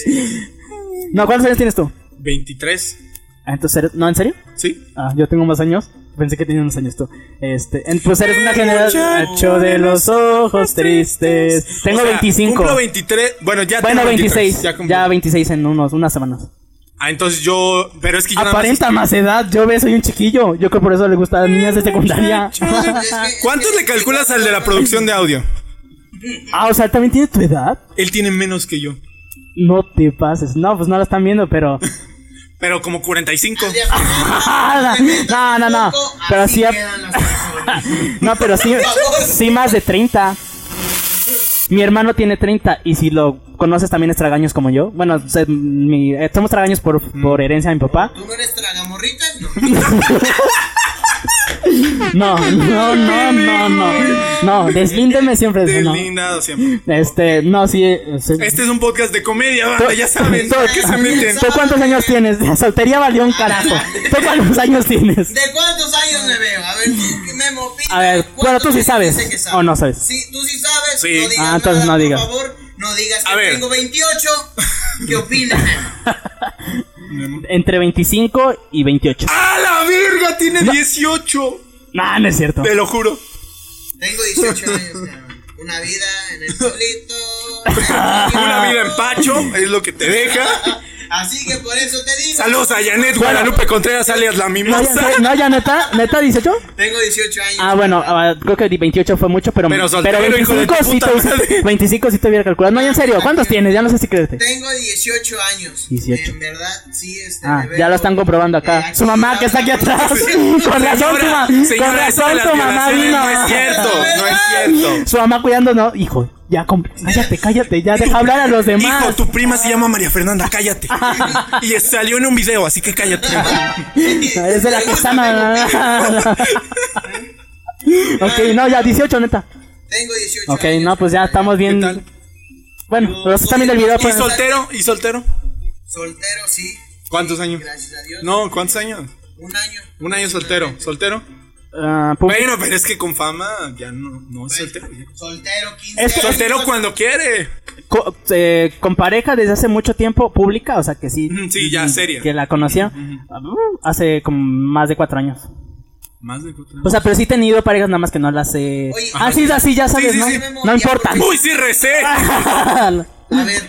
Speaker 6: No, ¿cuántos años tienes tú?
Speaker 4: 23.
Speaker 6: Ah, Entonces, eres- ¿no? ¿En serio?
Speaker 4: Sí.
Speaker 6: Ah, yo tengo más años. Pensé que tenía unos años tú. Este, en- pues eres una generación. Muchacho de los ojos tristes. Tengo
Speaker 4: O sea,
Speaker 6: 25.
Speaker 4: Cumplo 23. Bueno, ya
Speaker 6: Bueno,
Speaker 4: tengo 23,
Speaker 6: 26. Ya,
Speaker 4: cumplo.
Speaker 6: 26 en unos, unas semanas.
Speaker 4: Ah, entonces yo. Pero es que yo nada más-
Speaker 6: Aparenta más edad. Yo ve, soy un chiquillo. Yo creo por eso le gustan las niñas de este secundaria.
Speaker 4: <laughs> ¿Cuántos le calculas al de la producción de audio?
Speaker 6: <laughs> ah, o sea, ¿también tiene tu edad?
Speaker 4: Él tiene menos que yo.
Speaker 6: No te pases. No, pues no la están viendo,
Speaker 4: <laughs>
Speaker 6: pero.
Speaker 4: Pero como 45.
Speaker 6: Ah, no, Ah, no, no. Pero sí. <laughs> No, pero sí, sí más de 30. Mi hermano tiene 30 y si lo conoces también es tragaños como yo. Bueno, o sea, mi- eh, somos tragaños por, por herencia de mi papá.
Speaker 5: ¿Tú no eres tragamorrita? No.
Speaker 6: No, no, no, no, no. No, deslíndeme siempre. de eso, No.
Speaker 4: Deslindado siempre.
Speaker 6: Este, no, sí. eh, sí.
Speaker 4: Este es un podcast de comedia, banda,
Speaker 6: Tú-
Speaker 4: Ah, ya saben. Ah,
Speaker 6: tú-
Speaker 4: ¿a qué se meten?
Speaker 6: ¿Tú cuántos años tienes? La soltería valió un
Speaker 4: <laughs>
Speaker 6: carajo. ¿Tú cuántos años tienes?
Speaker 5: ¿De cuántos años me veo? A ver, Memo Pina.
Speaker 6: A ver, bueno, tú sí sabes, ¿o no sabes?
Speaker 5: Sí, tú sí sabes.
Speaker 4: Sí.
Speaker 5: No digas
Speaker 6: Ah, entonces
Speaker 5: nada,
Speaker 6: no digas.
Speaker 5: Por favor, no digas
Speaker 4: A
Speaker 5: que
Speaker 4: ver.
Speaker 5: tengo 28. ¿Qué opinas?
Speaker 6: Entre 25 y 28.
Speaker 4: ¡A la verga! Tiene 18.
Speaker 6: No, no es cierto.
Speaker 4: Te lo juro.
Speaker 5: Tengo 18 años, cabrón. Una vida en el pueblito.
Speaker 4: <laughs> Una vida en pacho es lo que te deja.
Speaker 5: Así que por eso te digo.
Speaker 4: Saludos a Janet Guadalupe Contreras alias la
Speaker 6: No, ya,
Speaker 4: mimosa.
Speaker 6: sé- no, ya neta, neta 18.
Speaker 5: Tengo 18 años.
Speaker 6: Ah, bueno, ah, creo que 28 fue mucho, pero,
Speaker 4: Pero soltero, hijo de tu
Speaker 6: sí
Speaker 4: puta madre.
Speaker 6: te, 25 sí te hubiera calculado. No, ya en serio, ¿cuántos tienes? Ya no sé si creerte.
Speaker 5: Tengo 18 años.
Speaker 6: 18.
Speaker 5: En verdad, sí, este.
Speaker 6: Ah,
Speaker 5: me
Speaker 6: ya
Speaker 5: veo-
Speaker 6: lo están comprobando
Speaker 5: Eh,
Speaker 6: acá.
Speaker 5: aquí
Speaker 6: Su mamá
Speaker 5: está
Speaker 6: que está aquí
Speaker 5: hablando.
Speaker 4: <laughs>
Speaker 6: atrás. Con razón, tu, ma- con
Speaker 4: señora, eso de
Speaker 6: razón,
Speaker 4: las
Speaker 6: tu mamá
Speaker 4: violaciones
Speaker 6: vino.
Speaker 4: No es cierto, no es cierto.
Speaker 6: Su mamá cuidando, no, hijo, ya, comp- cállate, cállate, ya deja hablar a los demás.
Speaker 4: Hijo, tu prima se llama María Fernanda, cállate. y salió en un video, así que cállate.
Speaker 6: <laughs> Es de la que está mal. <laughs> ok, no, ya 18, neta.
Speaker 5: Tengo 18
Speaker 6: Ok,
Speaker 5: años.
Speaker 6: no, pues ya estamos
Speaker 4: ¿Qué
Speaker 6: bien.
Speaker 4: tal?
Speaker 6: Bueno, los que están viendo el video,
Speaker 4: ¿Y
Speaker 6: pues.
Speaker 4: soltero? ¿Y soltero?
Speaker 5: Soltero, sí.
Speaker 4: ¿Cuántos años?
Speaker 5: Gracias a Dios.
Speaker 4: No, ¿cuántos años?
Speaker 5: Un año.
Speaker 4: Un año soltero. ¿Soltero?
Speaker 6: ah, pum.
Speaker 4: Bueno, pero es que con fama ya no, no es soltero. ya.
Speaker 5: Soltero, 15
Speaker 6: Es que-
Speaker 5: años.
Speaker 4: Soltero cuando quiere.
Speaker 6: co- eh, con pareja desde hace mucho tiempo, pública, o sea que sí. mm,
Speaker 4: Ujú, sí, ya, seria.
Speaker 6: Que la conocía uh, hace como más de cuatro años.
Speaker 4: Más de cuatro
Speaker 6: O sea, pero sí he tenido parejas nada más que no las he.
Speaker 5: Oye,
Speaker 6: ah, sí, así ya sabes,
Speaker 4: sí,
Speaker 6: ¿no?
Speaker 4: sí.
Speaker 6: No importa. <laughs>
Speaker 4: ¡Uy, sí recé!
Speaker 5: A ver,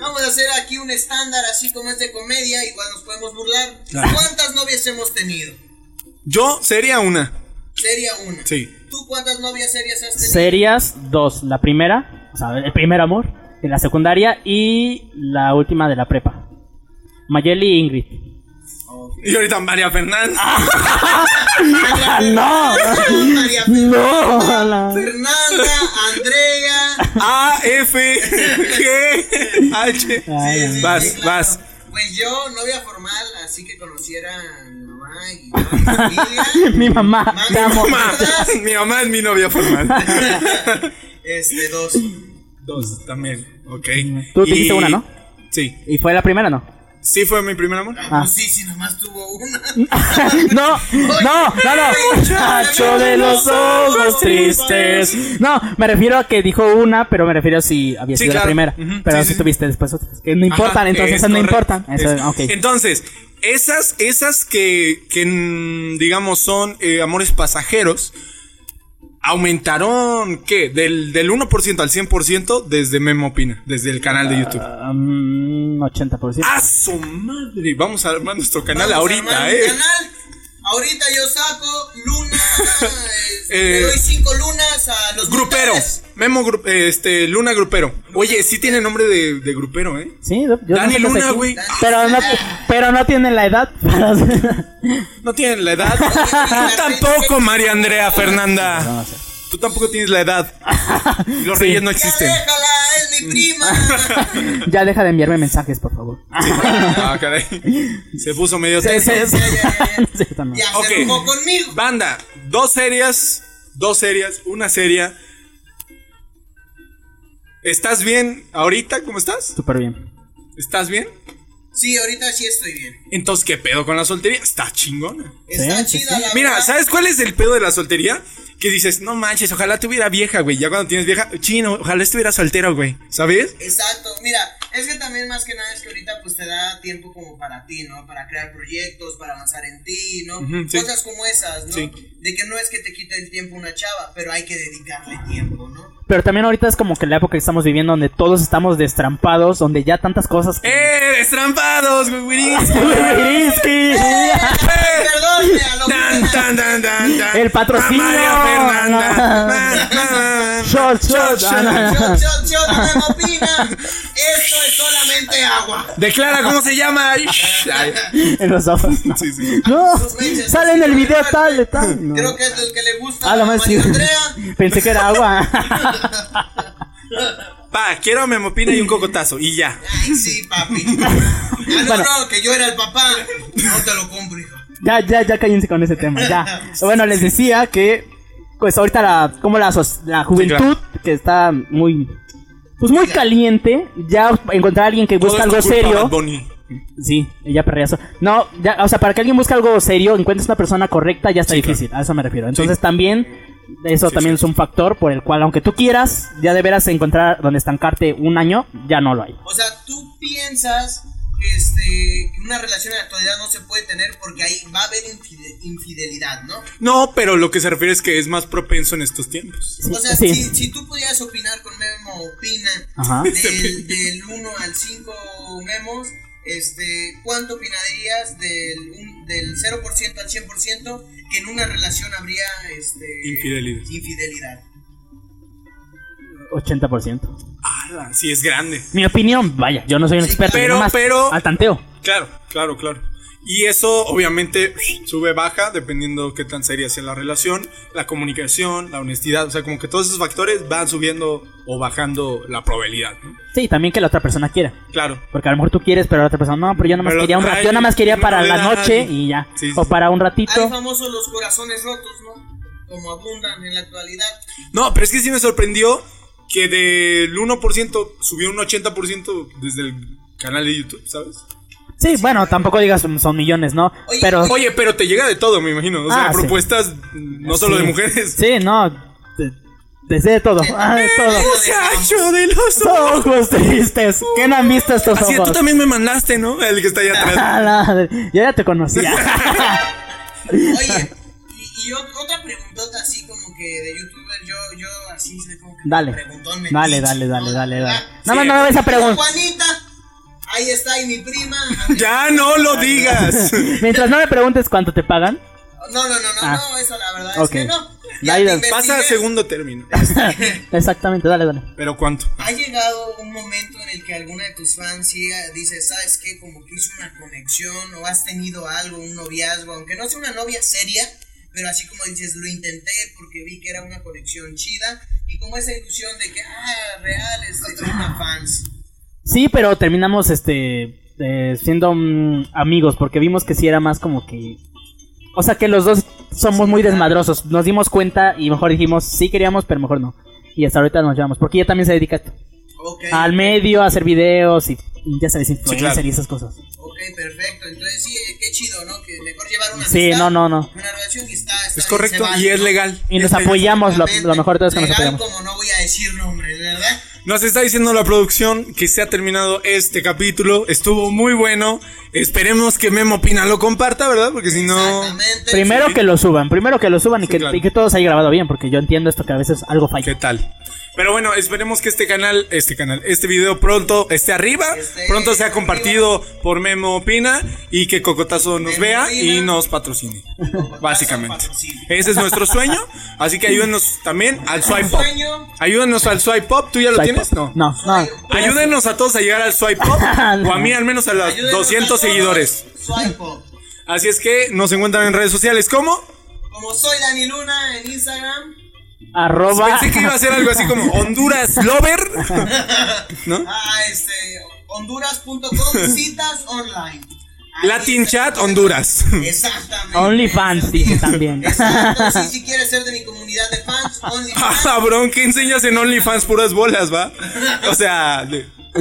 Speaker 5: vamos a hacer aquí un estándar, así como es de comedia, igual nos podemos burlar. ¿Cuántas novias hemos tenido?
Speaker 4: Yo sería una.
Speaker 5: Sería una.
Speaker 4: Sí.
Speaker 5: ¿Tú cuántas novias
Speaker 4: <laughs>
Speaker 5: serias has tenido?
Speaker 6: Serias, dos. La primera, o sea, el primer amor. En la secundaria y la última de la prepa. Mayeli e Ingrid.
Speaker 4: Y ahorita María Fernanda.
Speaker 6: ¡Ah, no!
Speaker 5: María
Speaker 6: ¡No! la-
Speaker 5: Fernanda, Andrea.
Speaker 4: A, F, G,
Speaker 6: Ah,
Speaker 4: H.
Speaker 6: Ay,
Speaker 5: Sí, sí, sí,
Speaker 4: Vas,
Speaker 5: claro.
Speaker 4: vas.
Speaker 5: Pues yo, novia formal, así que conociera a mi mamá y a mi familia.
Speaker 6: <laughs> <laughs> Mi mamá, te amo.
Speaker 4: Mamá. Mi mamá es mi novia formal.
Speaker 5: Este, dos.
Speaker 4: <laughs> Dos también. Ok.
Speaker 6: Tú dijiste una, ¿no?
Speaker 4: Sí.
Speaker 6: Y fue la primera, ¿no?
Speaker 4: ¿Sí fue mi primer amor?
Speaker 6: Ah.
Speaker 5: Sí, sí, nomás tuvo una.
Speaker 6: No, no, no, no. Chacho de los ojos tristes. No, me refiero a que dijo una, pero me refiero a si había
Speaker 4: Sí,
Speaker 6: sido la
Speaker 4: claro.
Speaker 6: primera.
Speaker 4: Ujú,
Speaker 6: Pero
Speaker 4: sí,
Speaker 6: si
Speaker 4: sí.
Speaker 6: tuviste después otras. Que no importan,
Speaker 4: Ajá,
Speaker 6: entonces
Speaker 4: es
Speaker 6: esas no
Speaker 4: correcto.
Speaker 6: importan. Eso,
Speaker 4: Es-
Speaker 6: ok.
Speaker 4: Entonces, esas, esas que, que, mm, digamos son eh, amores pasajeros, aumentaron, ¿qué? Del, del 1% al 100% desde Memo Opina, desde el canal de YouTube.
Speaker 6: Um, 80%.
Speaker 4: ¡A su madre! Vamos a armar nuestro canal
Speaker 5: Vamos a
Speaker 4: ahorita,
Speaker 5: armar un
Speaker 4: ¿eh?
Speaker 5: canal. Ahorita yo saco luna. eh,
Speaker 4: Eh,
Speaker 5: le doy cinco lunas a los
Speaker 4: Grupero.
Speaker 5: mortales.
Speaker 4: Memo, Gru- eh, este, Luna Grupero. Oye, sí tiene nombre de, de grupero, ¿eh?
Speaker 6: Sí, yo no
Speaker 4: Dani
Speaker 6: sé qué
Speaker 4: Luna,
Speaker 6: sé.
Speaker 4: güey.
Speaker 6: Pero no, pero no tienen la edad para- <laughs>
Speaker 4: No tienen la edad. Tú tampoco, María Andrea Fernanda. <laughs> Tú tampoco tienes la edad. Los
Speaker 6: Sí.
Speaker 4: reyes no
Speaker 5: Ya
Speaker 4: existen.
Speaker 5: déjala, es mi prima.
Speaker 6: <laughs> ya deja de enviarme mensajes, por favor.
Speaker 4: Ah, caray. Se puso medio
Speaker 6: Sí,
Speaker 4: tenso.
Speaker 6: sí, sí. <laughs> Sí, yo también.
Speaker 5: Ya
Speaker 4: Ok.
Speaker 5: se enojó conmigo.
Speaker 4: Banda, dos series, dos series, una serie. ¿Estás bien ahorita? ¿Cómo estás?
Speaker 6: Súper bien.
Speaker 4: ¿Estás bien?
Speaker 5: Sí, ahorita sí estoy bien.
Speaker 4: Entonces, ¿qué pedo con la soltería? Está chingona.
Speaker 5: Está
Speaker 6: Sí, sí,
Speaker 5: chida la
Speaker 4: Mira,
Speaker 5: verdad.
Speaker 4: ¿sabes cuál es el pedo de la soltería? Que dices, no manches, ojalá tuviera vieja, güey. Ya cuando tienes vieja, chino, ojalá estuviera soltero, güey. ¿Sabes?
Speaker 5: Exacto, mira, es que también más que nada es que ahorita pues te da tiempo como para ti, ¿no? Para crear proyectos, para avanzar en ti, ¿no?
Speaker 4: Ujú, sí.
Speaker 5: Cosas como esas, ¿no?
Speaker 4: Sí.
Speaker 5: De que no es que te quite el tiempo una chava, pero hay que dedicarle tiempo, ¿no?
Speaker 6: Pero también ahorita es como que la época que estamos viviendo donde todos estamos destrampados, donde ya tantas cosas... <laughs>
Speaker 4: ¡Eh! ¡Destrampados, güey, güey!
Speaker 6: Wiriski.
Speaker 5: <laughs> Perdón, a lo
Speaker 4: Tan,
Speaker 5: que-
Speaker 4: tan, tan, tan, tan.
Speaker 6: El patrocinio.
Speaker 4: A María
Speaker 6: <laughs>
Speaker 4: Fernanda. Man, man.
Speaker 6: Shot, shot. Ah, no, no.
Speaker 5: Yo, yo, yo, no me opina. Esto es solamente agua.
Speaker 4: Declara cómo se llama. Ay.
Speaker 6: En los ojos. No.
Speaker 4: Sí, sí.
Speaker 6: No,
Speaker 5: Sus meches,
Speaker 6: sale en el
Speaker 5: sí,
Speaker 6: video
Speaker 5: claro.
Speaker 6: tal, de tal. No.
Speaker 5: Creo que es el que le gusta
Speaker 6: Ah,
Speaker 5: a
Speaker 6: lo más sí.
Speaker 5: María Andrea.
Speaker 6: Pensé que era agua.
Speaker 4: Pa, quiero memopina y un cocotazo. Y ya.
Speaker 5: Ay, sí,
Speaker 6: <laughs>
Speaker 5: papi. Ah, no,
Speaker 6: Bueno.
Speaker 5: no, que yo era el papá. No te lo compro, hijo.
Speaker 6: Ya, ya, ya cállense con ese tema, ya.
Speaker 4: <laughs>
Speaker 6: Bueno, les decía que, pues ahorita la, como la, sos- la juventud, que está muy, pues muy caliente, ya encontrar a alguien que busca
Speaker 4: Todo
Speaker 6: algo
Speaker 4: es tu culpa, Bad
Speaker 6: serio.
Speaker 4: Bunny.
Speaker 6: Sí, ella perreazo. No, ya, o sea, para que alguien busque algo serio, encuentres una persona correcta, ya está difícil, a eso me refiero. Entonces también, eso también es un factor por el cual, aunque tú quieras, ya deberás encontrar donde estancarte un año, ya no lo hay.
Speaker 5: O sea, tú piensas que, este, que una relación en la actualidad no se puede tener porque ahí va a haber infide- infidelidad, ¿no?
Speaker 4: No, pero lo que se refiere es que es más propenso en estos tiempos.
Speaker 6: Sí,
Speaker 5: O sea,
Speaker 6: sí.
Speaker 5: si, si tú pudieras opinar con Memo Opina
Speaker 6: Ajá.
Speaker 5: Ah, del, del 1 al 5 Memos, este, ¿cuánto opinarías del, un- del 0% al 100% que en una relación habría este,
Speaker 4: Infidelidad.
Speaker 5: infidelidad?
Speaker 6: 80%.
Speaker 4: Ala, Sí, es grande.
Speaker 6: Mi opinión, vaya, yo no soy un
Speaker 5: Sí,
Speaker 6: experto,
Speaker 4: pero-
Speaker 6: yo nomás
Speaker 4: pero-
Speaker 6: al tanteo.
Speaker 4: Claro, claro, claro. Y eso obviamente sube, baja, dependiendo qué tan seria sea la relación, la comunicación, la honestidad. O sea, como que todos esos factores van subiendo o bajando la probabilidad. ¿no?
Speaker 6: Sí, también que la otra persona quiera.
Speaker 4: Claro.
Speaker 6: Porque a lo mejor tú quieres, pero la otra persona, no, pero yo nada más
Speaker 4: Pero,
Speaker 6: quería un rato.
Speaker 4: ay,
Speaker 6: Yo nada más quería
Speaker 4: no
Speaker 6: para
Speaker 4: le
Speaker 6: la
Speaker 4: da-
Speaker 6: noche y ya.
Speaker 4: Sí, sí,
Speaker 6: o
Speaker 4: sí.
Speaker 6: para un
Speaker 5: Hay
Speaker 6: ratito.
Speaker 5: famosos los corazones rotos, ¿no? Como abundan en la actualidad.
Speaker 4: No, pero es que sí me sorprendió que del 1% subió un 80% desde el canal de YouTube, ¿sabes?
Speaker 6: Sí, bueno, tampoco digas son son millones, ¿no?
Speaker 5: Oye,
Speaker 6: pero.
Speaker 4: Oye, pero te llega de todo, me imagino. O sea,
Speaker 6: Ah, sí.
Speaker 4: propuestas no solo de mujeres.
Speaker 6: Sí, no. de- Desde de todo. Ah, de todo.
Speaker 4: <laughs> Muchacho de los
Speaker 6: Ojos tristes. ¿Qué no han visto estos
Speaker 4: Así, tú
Speaker 6: ojos?
Speaker 4: también me mandaste, ¿no? El que está allá atrás.
Speaker 6: <laughs> Ah, la- Yo ya te conocía.
Speaker 4: <laughs>
Speaker 5: Oye, y, y ot- otra preguntota así como que de youtuber, yo, yo así soy como que
Speaker 6: Dale.
Speaker 5: preguntón metiche,
Speaker 6: Dale, dale, dale,
Speaker 5: ¿no?
Speaker 6: dale, dale.
Speaker 5: Ah,
Speaker 6: Nada más no me ves a
Speaker 5: Pero <laughs>
Speaker 6: preguntar.
Speaker 5: Juanita, ahí está, y mi prima.
Speaker 6: Ah.
Speaker 4: ya no lo digas.
Speaker 6: Mientras no me preguntes cuánto te pagan.
Speaker 5: No, no, no, no,
Speaker 6: Ah.
Speaker 5: no, eso la verdad
Speaker 6: Ok.
Speaker 5: es que no.
Speaker 6: Dale,
Speaker 5: te
Speaker 4: Pasa a
Speaker 5: investigué.
Speaker 4: segundo término.
Speaker 6: Exactamente, dale, dale.
Speaker 4: Pero ¿cuánto?
Speaker 5: ¿Ha llegado un momento en el que alguna de tus fans sí eh, dice, sabes qué, como que hizo una conexión o has tenido algo, un noviazgo, aunque no sea una novia seria, pero así como dices, lo intenté porque vi que era una conexión chida y como esa ilusión de que, ah, real, este, soy una fans.
Speaker 6: Sí, pero terminamos este eh, siendo mm, amigos porque vimos que sí era más como que o sea, que los dos somos muy desmadrosos. Nos dimos cuenta y mejor dijimos, sí queríamos, pero mejor no. Y hasta ahorita nos llevamos, porque ella también se dedica
Speaker 5: Ok,
Speaker 4: Ah.
Speaker 6: al medio, a hacer videos y, y ya sabes, influencer
Speaker 4: claro.
Speaker 6: y esas cosas.
Speaker 5: ok, ok, perfecto. Entonces sí, eh, qué chido, ¿no? Que mejor llevar una
Speaker 6: Sí,
Speaker 5: amistad,
Speaker 6: no, no, no.
Speaker 5: Una relación que está... está
Speaker 4: Es
Speaker 5: bien,
Speaker 4: correcto
Speaker 5: se vale,
Speaker 4: y es
Speaker 5: ¿no?
Speaker 4: legal. Este,
Speaker 6: Y
Speaker 4: Es
Speaker 6: nos
Speaker 4: legal.
Speaker 6: apoyamos, lo, lo mejor de todo es que nos
Speaker 5: Legal,
Speaker 6: apoyamos.
Speaker 5: como no voy a decir nombres, ¿verdad?
Speaker 4: Nos está diciendo la producción que se ha terminado este capítulo. Estuvo muy bueno. Esperemos que Memo Pina lo comparta, ¿verdad? Porque si no.
Speaker 5: Exactamente.
Speaker 6: Primero
Speaker 4: Sí.
Speaker 6: que lo suban, primero que lo suban y,
Speaker 4: Sí,
Speaker 6: que,
Speaker 4: claro.
Speaker 6: y que todo se haya grabado bien, porque yo entiendo esto que a veces algo
Speaker 4: ¿Qué
Speaker 6: falla.
Speaker 4: tal? Pero bueno, esperemos que este canal, este canal, este video pronto esté arriba,
Speaker 5: Esté
Speaker 4: pronto sea
Speaker 5: arriba.
Speaker 4: compartido por Memo Pina y que Cocotazo nos
Speaker 5: Memo
Speaker 4: vea y
Speaker 5: Pina.
Speaker 4: nos patrocine, básicamente.
Speaker 5: patrocine.
Speaker 4: Ese es nuestro sueño, así que ayúdenos también al Swipe Pop.
Speaker 5: Sueño.
Speaker 4: Ayúdenos al Swipe Pop, ¿tú ya lo
Speaker 6: Swipe
Speaker 4: tienes?
Speaker 6: up.
Speaker 4: No.
Speaker 6: No, no.
Speaker 4: Ayúdenos a todos a llegar al Swipe Pop
Speaker 6: <laughs>
Speaker 4: o a mí al menos a los
Speaker 5: Ayúdenos
Speaker 4: 200
Speaker 5: a
Speaker 4: Ah,
Speaker 5: todos.
Speaker 4: seguidores.
Speaker 5: Swipe up.
Speaker 4: Así es que nos encuentran en redes sociales como
Speaker 5: Como soy Dani Luna en Instagram.
Speaker 6: Arroba.
Speaker 4: pensé que iba a ser algo así como Honduras Lover.
Speaker 5: Ah, este. Honduras.com
Speaker 4: <laughs>
Speaker 5: citas online. Ahí
Speaker 4: Latin
Speaker 5: está.
Speaker 4: Chat Honduras. <laughs>
Speaker 5: Exactamente.
Speaker 6: <laughs> OnlyFans, dije también.
Speaker 5: Exacto, sí,
Speaker 6: <laughs>
Speaker 5: si quieres ser de mi comunidad de fans,
Speaker 4: Ah,
Speaker 5: OnlyFans.
Speaker 4: cabrón, ¿qué enseñas en OnlyFans? Puras bolas, ¿va? O sea, de- Ah,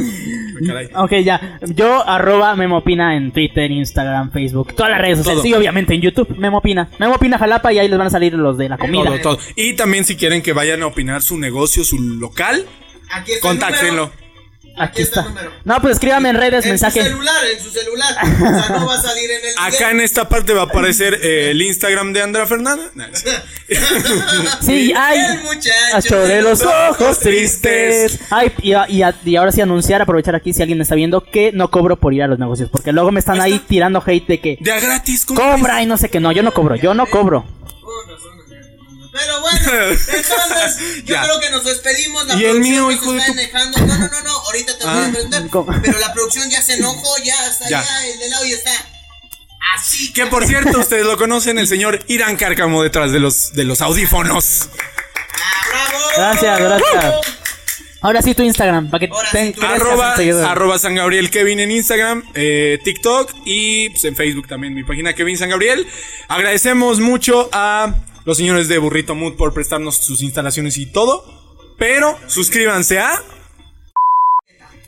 Speaker 4: caray.
Speaker 6: Ok, ya. Yo arroba Memopina en Twitter, Instagram, Facebook, todas las redes sociales.
Speaker 4: Todo.
Speaker 6: Sí, obviamente en YouTube, Memopina. Memopina Jalapa y ahí les van a salir los de la comida.
Speaker 4: Todo, todo. Y también si quieren que vayan a opinar su negocio, su local,
Speaker 5: Aquí está el
Speaker 4: contáctenlo.
Speaker 5: número.
Speaker 6: Aquí
Speaker 5: Aquí está
Speaker 6: está.
Speaker 5: el número.
Speaker 6: No, pues escríbame en redes,
Speaker 5: En su
Speaker 6: mensaje.
Speaker 5: celular, en su celular. O sea, no va a salir en el.
Speaker 4: Acá en esta parte va a aparecer eh, el Instagram de Andrea Fernanda. Nah, sí.
Speaker 6: Sí, ay.
Speaker 5: El muchacho.
Speaker 6: Hacho de los ojos
Speaker 4: tristes.
Speaker 6: tristes. Ay, y, a- y a- y ahora sí anunciar, aprovechar aquí si alguien me está viendo que no cobro por ir a los negocios, porque luego me están ahí tirando hate de que
Speaker 4: De a gratis, ¿cómo
Speaker 6: cobra y no sé qué. No, yo no cobro, yo no cobro.
Speaker 5: Con razón, Andrea. Pero bueno,
Speaker 4: <laughs>
Speaker 5: entonces yo
Speaker 4: Ya.
Speaker 5: creo que nos despedimos. La
Speaker 4: Y el
Speaker 5: producción
Speaker 4: mío,
Speaker 5: nos
Speaker 4: hijo de
Speaker 5: está
Speaker 4: tu-
Speaker 5: enojando. No, no, no, no, ahorita te voy
Speaker 4: Ah.
Speaker 5: a preguntar.
Speaker 6: ¿Cómo?
Speaker 5: Pero la producción ya se enojó, ya está
Speaker 4: Ya.
Speaker 5: ya, el del audio está. Así
Speaker 4: Que por cierto, ustedes lo conocen, el señor Irán Cárcamo detrás de los, de los audífonos.
Speaker 5: Ah, bravo.
Speaker 6: Gracias, gracias. Ahora sí tu Instagram, para que
Speaker 5: Ahora sí
Speaker 6: ten-
Speaker 5: tu-
Speaker 6: crezcas
Speaker 4: Arroba,
Speaker 6: en seguidores.
Speaker 4: arroba San Gabriel Kevin en Instagram, eh, TikTok y pues, en Facebook también mi página Kevin San Gabriel. Agradecemos mucho a los señores de Burrito Mood por prestarnos sus instalaciones y todo. Pero suscríbanse a...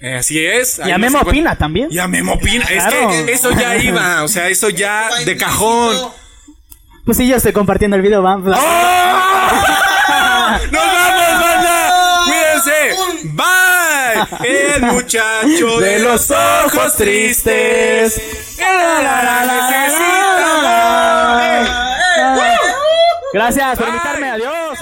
Speaker 4: Eh, así es.
Speaker 6: Y
Speaker 4: ahí
Speaker 6: a
Speaker 4: nos
Speaker 6: Memo
Speaker 4: encuent-
Speaker 6: Opina también.
Speaker 4: Y a Memo Pina. Es
Speaker 6: Claro.
Speaker 4: que eso ya iba, o sea, eso ya
Speaker 5: Está
Speaker 4: de
Speaker 5: implícito.
Speaker 4: cajón.
Speaker 6: Pues sí, yo estoy compartiendo el video, va.
Speaker 4: ¡Ah! ¡Nos vamos, banda! ¡Cuídense! ¡Bye! El muchacho de los ojos tristes. La, la, la, necesita amor.
Speaker 6: Gracias por
Speaker 4: Bye.
Speaker 6: invitarme, adiós.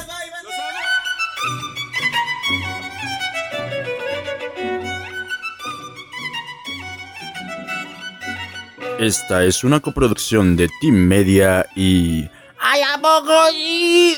Speaker 7: Esta es una coproducción de Team Media y... ¡Ay, a poco! Y...